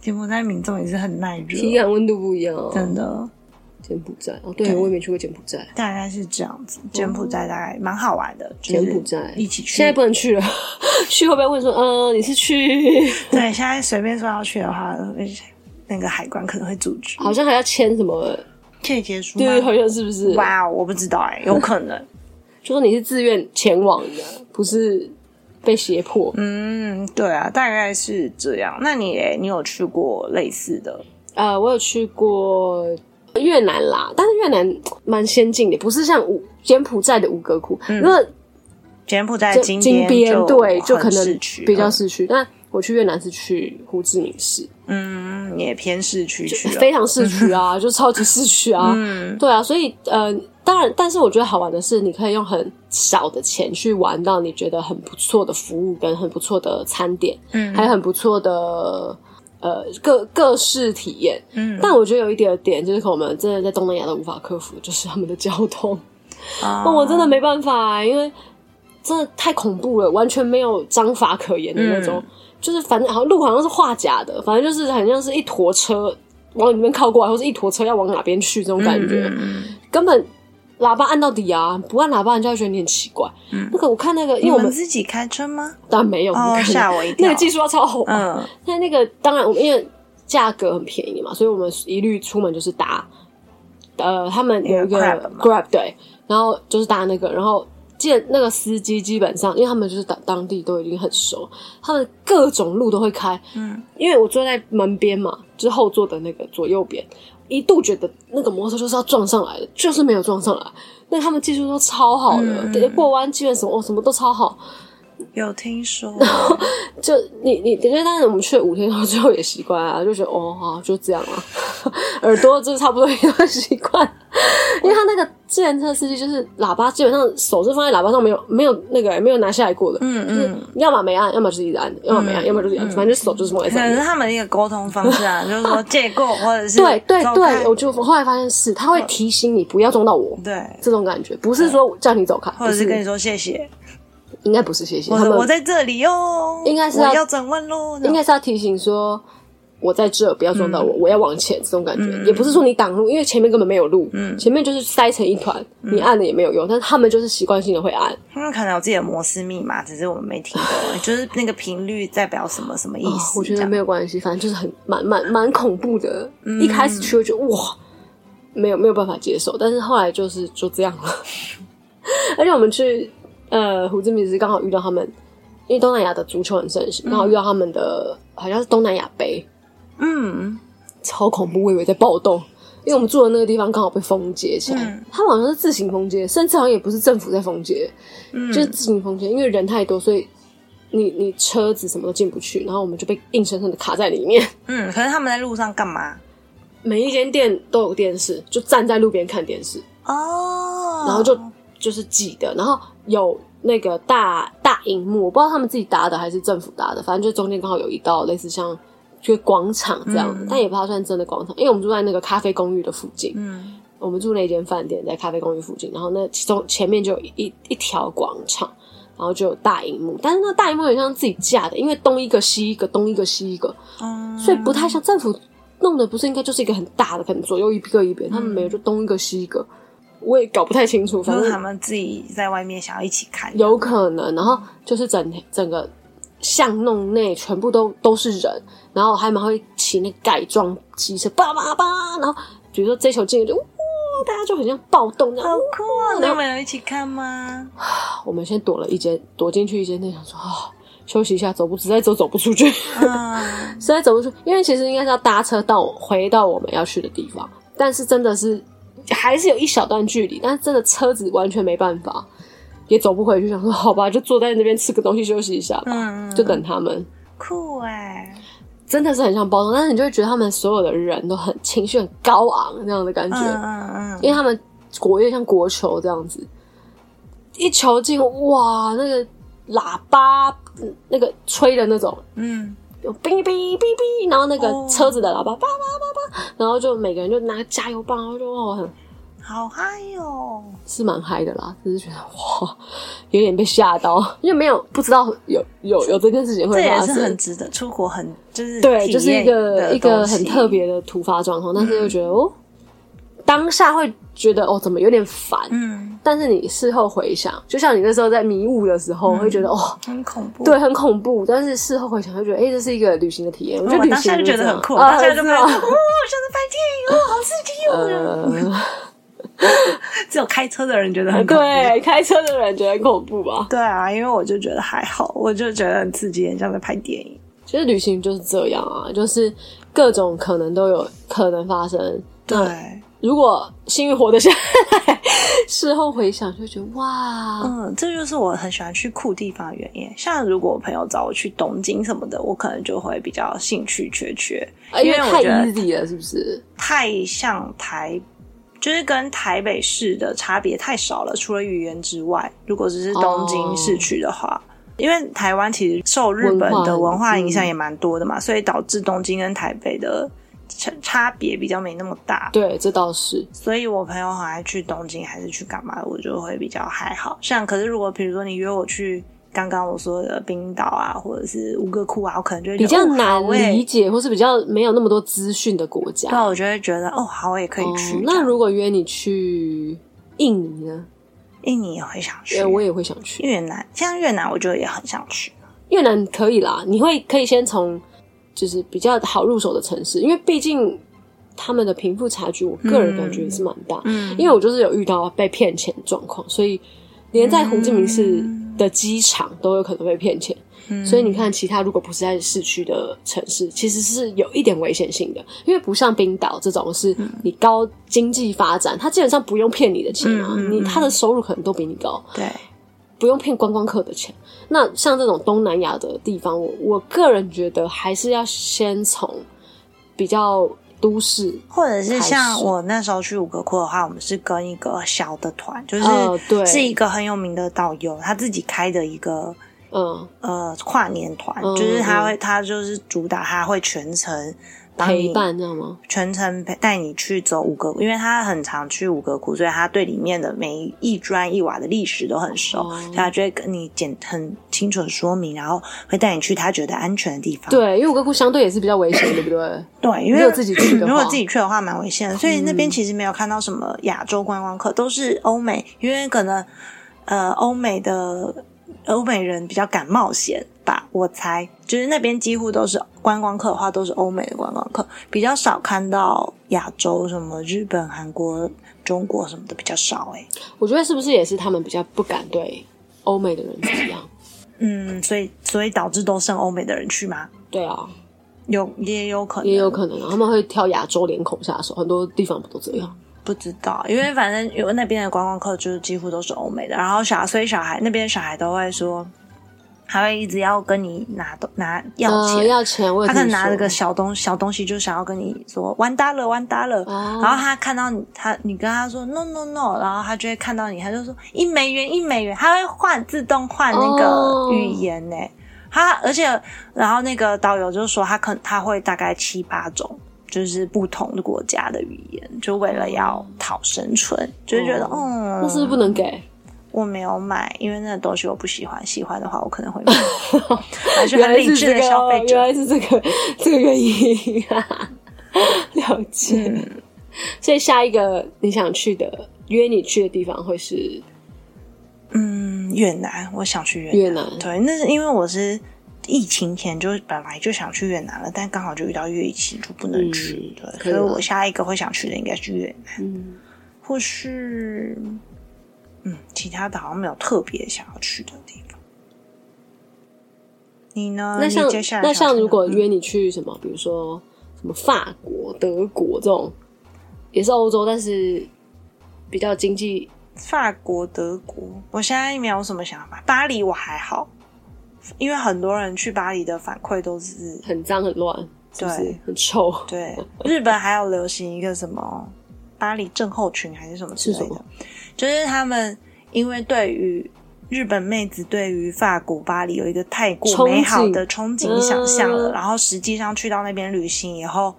柬埔寨民众也是很耐热，
体感温度不一样哦。
真的，
柬埔寨哦，对
对
我也没去过柬埔寨。
大概是这样子。柬埔寨大概蛮好玩的，就是
哦柬埔寨
一起去。
现在不能去了，去会不会问说，呃，你是 去，
对，现在随便说要去的话，那个海关可能会阻止。
好像还要签什么？
可以结束
哦对，好
吗？
像是不是？
哇，我不知道哎、有可 能。
就说你是自愿前往的，不是被胁迫。
嗯，对啊，大概是这样。那你哎，你有去过类似的？
呃，我有去过越南啦，但是越南蛮先进的，不是像五柬埔寨的五哥窟，
嗯
如果
柬埔寨
就
金
金
边
边对，就可
很
能
市区
比较
了
市区。但我去越南是去胡志明市，
嗯，也偏市区去了。
非常市 区啊，就超级市区啊。
嗯
对啊，所以呃，当然，但是我觉得好玩的是，你可以用很少的钱去玩到你觉得很不错的服务，跟很不错的餐点，
嗯
还有很不错的呃各各式体验。
嗯，
但我觉得有一点点，就是可能我们真的在东南亚都无法克服，就是他们的交通。
啊
那我真的没办法、欸因为真的太恐怖了，完全没有章法可言的那种。
嗯
就是反正好像路好像是画假的，反正就是很像是一坨车往你这边靠过来，或是一坨车要往哪边去这种感觉，
嗯
根本喇叭按到底啊！不按喇叭，人家会觉得你很奇怪。那个我看那个，
嗯你
因为我
们
们
自己开车吗？
当然没有，
哦
你看
吓我一跳
那个技术要超好啊玩。
嗯
那那个当然，我们因为价格很便宜嘛，所以我们一律出门就是搭呃，他们有一个
有 Grab 吗
Grab 对，然后就是搭那个，然后记得那个司机基本上，因为他们就是当当地都已经很熟，他们各种路都会开。
嗯，
因为我坐在门边嘛，就是后座的那个左右边，一度觉得那个摩托车就是要撞上来的，就是没有撞上来。那他们技术都超好的，
嗯
对过弯基本什么哦什么都超好。
有听 说，
就你你，因为但是我们去了五天后之后也习惯啊，就觉得哦好就这样了，耳朵就是差不多也会习惯，因为他那个自行车司机就是喇叭基本上手是放在喇叭上，没有没有那个没有拿下来过的，
嗯嗯，
要么没按，要么就是一直按，要么没按，要么就是一直按，反正就手就是放在
可
上
能
面
是。他们的一个沟通方 式啊，就是说借过或者是
对对
走开
对，我就我后来发现是，他
嗯
会提醒你不要撞到我。
对，
这种感觉不是说叫你走开，
嗯或者是
不
跟你说谢谢，
应该不是谢谢
我
他们
我在这里哦，
应该是
我
要
要转弯喽，
应该是要提醒说，我在这，不要撞到我，我要往前，这种感觉，
嗯
也不是说你挡路，因为前面根本没有路，
嗯
前面就是塞成一团，你按了也没有用，但是他们就是习惯性的会按，
他们可能有自己的摩斯密码，只是我们没听 懂，就是那个频率代表什么什么意
哦
思？
我觉
这
得
样
没有关系，反正就是很蛮蛮蛮恐怖的，
嗯
一开始去我觉得哇，没有没有办法接受，但是后来就是就这样了， 而且我们去呃胡志明市刚好遇到他们，因为东南亚的足球很盛行，刚好遇到他们的、好像是东南亚杯，
嗯，
超恐怖，我以为在暴动，因为我们住的那个地方刚好被封街起来，
嗯
他们好像是自行封街，甚至好像也不是政府在封街，
嗯
就是自行封街，因为人太多，所以你你车子什么都进不去，然后我们就被硬生生的卡在里面。
嗯，可是他们在路上干嘛？
每一间店都有电视，就站在路边看电视，
哦，
然后就就是挤的，然后有那个大大荧幕，我不知道他们自己搭的还是政府搭的，反正就中间刚好有一道类似像就是广场这样，
嗯
但也不知道算真的广场，因为我们住在那个咖啡公寓的附近，
嗯
我们住那间饭店在咖啡公寓附近，然后那其中前面就有一一一条广场，然后就有大荧幕，但是那大荧幕有点像自己架的，因为东一个西一个，东一个西一个，
嗯，
所以不太像政府弄的，不是应该就是一个很大的，可能左右一个一边，他
嗯
们没有就东一个西一个，我也搞不太清楚，反
就是
正
他们自己在外面想要一起看，
有可能，然后就是整整个巷弄内全部都都是人，然后他们会骑那改装机车，叭叭叭，然后比如说这球进了就。哇，大家就很像暴动这样，
好酷啊！
然
你
后
们有一起看吗？
我们先躲了一间，躲进去一间店，想说哦，休息一下，走不实在走走不出去， 实
嗯，
在走不出，因为其实应该是要搭车到回到我们要去的地方，但是真的是还是有一小段距离，但是真的车子完全没办法，也走不回去，想说好吧，就坐在那边吃个东西休息一下吧，
嗯嗯
就等他们。
酷哎，
真的是很像包装，但是你就会觉得他们所有的人都很情绪很高昂那样的感觉，
嗯嗯嗯，
因为他们国乐像国球这样子，一球进哇，那个喇叭嗯那个吹的那种，
嗯，
有哔哔哔哔，然后那个
哦
车子的喇叭叭叭叭叭，然后就每个人就拿加油棒，然后就哇，很
好嗨哟！
是蛮嗨的啦，只是觉得哇，有点被吓到，因为没有不知道有有有这件事情
这
会
也
发
是
生，
很值得出国很，就是
对，
体
就是一
验
个
的
一个
东西嗯
很特，别的突发状况，但是又觉得、哦，当下会觉得哦，怎么有点烦，
嗯，
但是你事后回想，就像你那时候在迷雾的时候，
嗯
会觉得哦，
很恐怖，
对，很恐怖，但是事后回想，会觉得哎、这是一个旅行的体验。我觉得
我
旅
当
行
下就觉
这
得
样
很酷，我
啊
当下就拍，哦，我
是
想
吗
是拍电影哦，好刺激哦！
呃，
只有开车的人觉得很恐怖。
对，开车的人觉得很恐怖吧？
对啊，因为我就觉得还好，我就觉得很刺激，很像在拍电影。
其实旅行就是这样啊，就是各种可能都有可能发生。
对，
如果幸运活得下来，事后回想就觉得哇，
嗯，这就是我很喜欢去酷地方的原因。像如果我朋友找我去东京什么的，我可能就会比较兴趣缺缺，
啊因
嗯
为
因为我
太
觉得
easy 了，是不是？
太像台，就是跟台北市的差别太少了。除了语言之外，如果只是东京市区的话。因为台湾其实受日本的哦文化嗯影响也蛮多的嘛，所以导致东京跟台北的差差别比较没那么大。
对，这倒是。
所以我朋友很爱去东京还是去干嘛，我就会比较还好。像可是如果比如说你约我去刚刚我说的冰岛啊，或者是吴哥窟啊，我可能就会
比
觉
较
得
难
哦好欸
理解，或是比较没有那么多资讯的国家。
对啊，我就会觉得哦，好，我也可以
哦
去。
那
这样
如果约你去印尼呢？
印尼也会想去，
呃，我也会想去。
越南，像越南，我就也很想去。
越南可以啦，你会可以先从就是比较好入手的城市，因为毕竟他们的贫富差距，我个人感觉也是蛮大。
嗯，
因为我就是有遇到被骗钱的状况，所以连在胡志明市的机场都有可能被骗钱。
嗯
所以你看，其他如果不是在市区的城市，其实是有一点危险性的，因为不像冰岛这种是
嗯
你高经济发展，它基本上不用骗你的钱啊，
嗯嗯嗯
你他的收入可能都比你高，
对，
不用骗观光客的钱。那像这种东南亚的地方，我我个人觉得还是要先从比较都市
或者是
还
像
是
我那时候去五个库的话，我们是跟一个小的团，就是、
哦对
是一个很有名的导游，他自己开的一个
嗯
呃跨年团，
嗯
就是他会他就是主打他会全程帮你
陪伴，知道吗？
全程陪带你去走五个窟，因为他很常去五个窟，所以他对里面的每一砖一瓦的历史都很熟，
哦
所以他就会跟你简很清楚的说明，然后会带你去他觉得安全的地方。
对，因为我哥姑相对也是比较危险，对 不对？
对，因
如
为
果自己去的话
嗯
嗯
如果自己去的话蛮危险的，所以那边其实没有看到什么亚洲观光客，都是欧美，因为可能呃欧美的欧美人比较敢冒险吧，我猜，就是那边几乎都是观光客的话都是欧美的观光客，比较少看到亚洲什么日本、韩国、中国什么的比较少哎、欸
我觉得是不是也是他们比较不敢对欧美的人怎么样？
嗯，所以所以导致都剩欧美的人去吗？
对啊，
有也有可能，
也有可能、啊、他们会挑亚洲脸孔下手，很多地方不都这样？
不知道，因为反正有那边的观光客就是几乎都是欧美的，然后小所以小孩那边小孩都会说，还会一直要跟你拿东拿要
嗯、
钱，
要钱，我也
他可能
听
拿了
说啊
个小东小东西就想要跟你说完达了完达了，
哦
然后他看到你他你跟他说 no no no，然后他就会看到你，他就说一美元一美元，他会换自动换那
哦
个语言呢、他而且然后那个导游就说他可他会大概七八种。就是不同的国家的语言，就为了要讨生存，就是觉得，
哦
嗯，
那是不是不能给？
我没有买，因为那个东西我不喜欢，喜欢的话我可能会 买，还是
原
很
来
理
是
智的
这个
消
哦，
费者
原。来是这个 这个原因、啊， 了解。
嗯
所以下一个你想去的约你去的地方会是
嗯，越南，我想去越南。
越南，
对，那是因为我是疫情前就本来就想去越南了，但刚好就遇到疫情就不能去。
嗯
对，
可
所
以
以
啊
我下一个会想去的应该是越南，
嗯，
或是嗯，其他的好像没有特别想要去的地方。你呢？
那像
哦你接下来
那
想去
像
哪嗯
如果约你去什么，比如说什么法国、德国这种，也是欧洲，但是比较经济
法国、德国，我现在没有什么想法。巴黎我还好，因为很多人去巴黎的反馈都是
很脏很乱，是不是
对
很臭？
对，日本还有流行一个什么巴黎症候群还是什么之类
是什
的
么，
就是他们因为对于日本妹子对于法国巴黎有一个太过美好的憧憬想象了，
嗯
然后实际上去到那边旅行以后，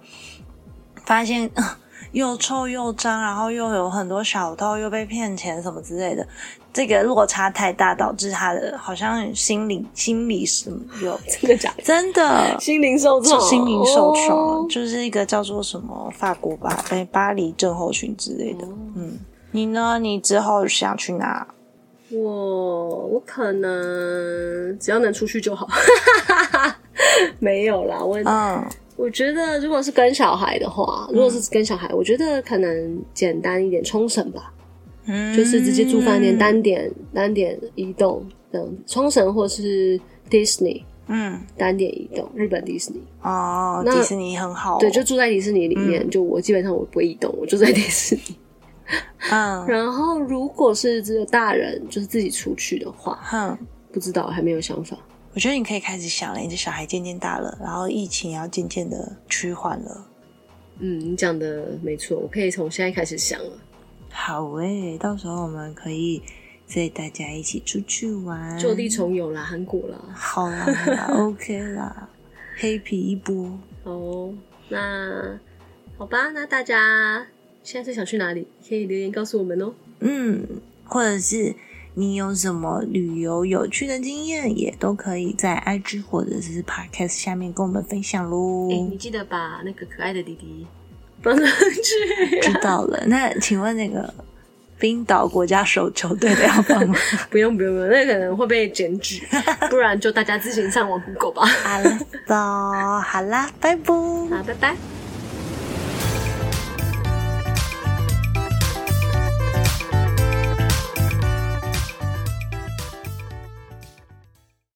发现。 呃又臭又脏，然后又有很多小偷，又被骗钱什么之类的，这个落差太大，导致他的好像心理心理什么有
真的假的？
真的
心灵受创，
心灵受创啊、
哦
就是一个叫做什么法国吧，哎，巴黎症候群之类的。
哦
嗯，你呢？你之后想去哪？
我我可能只要能出去就好， 没有啦。我、
嗯，
我觉得如果是跟小孩的话，如果是跟小孩，我觉得可能简单一点，冲绳吧，
嗯
就是直接住饭店，单点单点移动这样子，冲绳或是 Disney
嗯，
单点移动，日本 Disney，、
哦，
那
迪士尼很好、
对，就住在迪士尼里面，就我基本上我不会移动，我就在迪 士尼。
嗯
然后如果是只有大人就是自己出去的话，
哼。
不知道还没有想法。
我觉得你可以开始想了，你的小孩渐渐大了，然后疫情也要渐渐的趋缓了。
嗯，你讲的没错，我可以从现在开始想了，
好诶、到时候我们可以带大家一起出去玩，
就地重游啦，韩国啦。
好啦好啦，OK 啦，黑皮一波。
哦，那好吧，那大家现在最想去哪里？可以留言告诉我们哦。
嗯，或者是你有什么旅游有趣的经验，也都可以在 IG 或者是 Podcast 下面跟我们分享喽
哎、。你记得把那个可爱的弟弟放上 去，
知道了，那请问那个冰岛国家手球队的要 放吗？
不用不用不用，那可能会被检举，不然就大家自行上网 Google 吧。
好了，好啦，拜拜。
好，拜拜。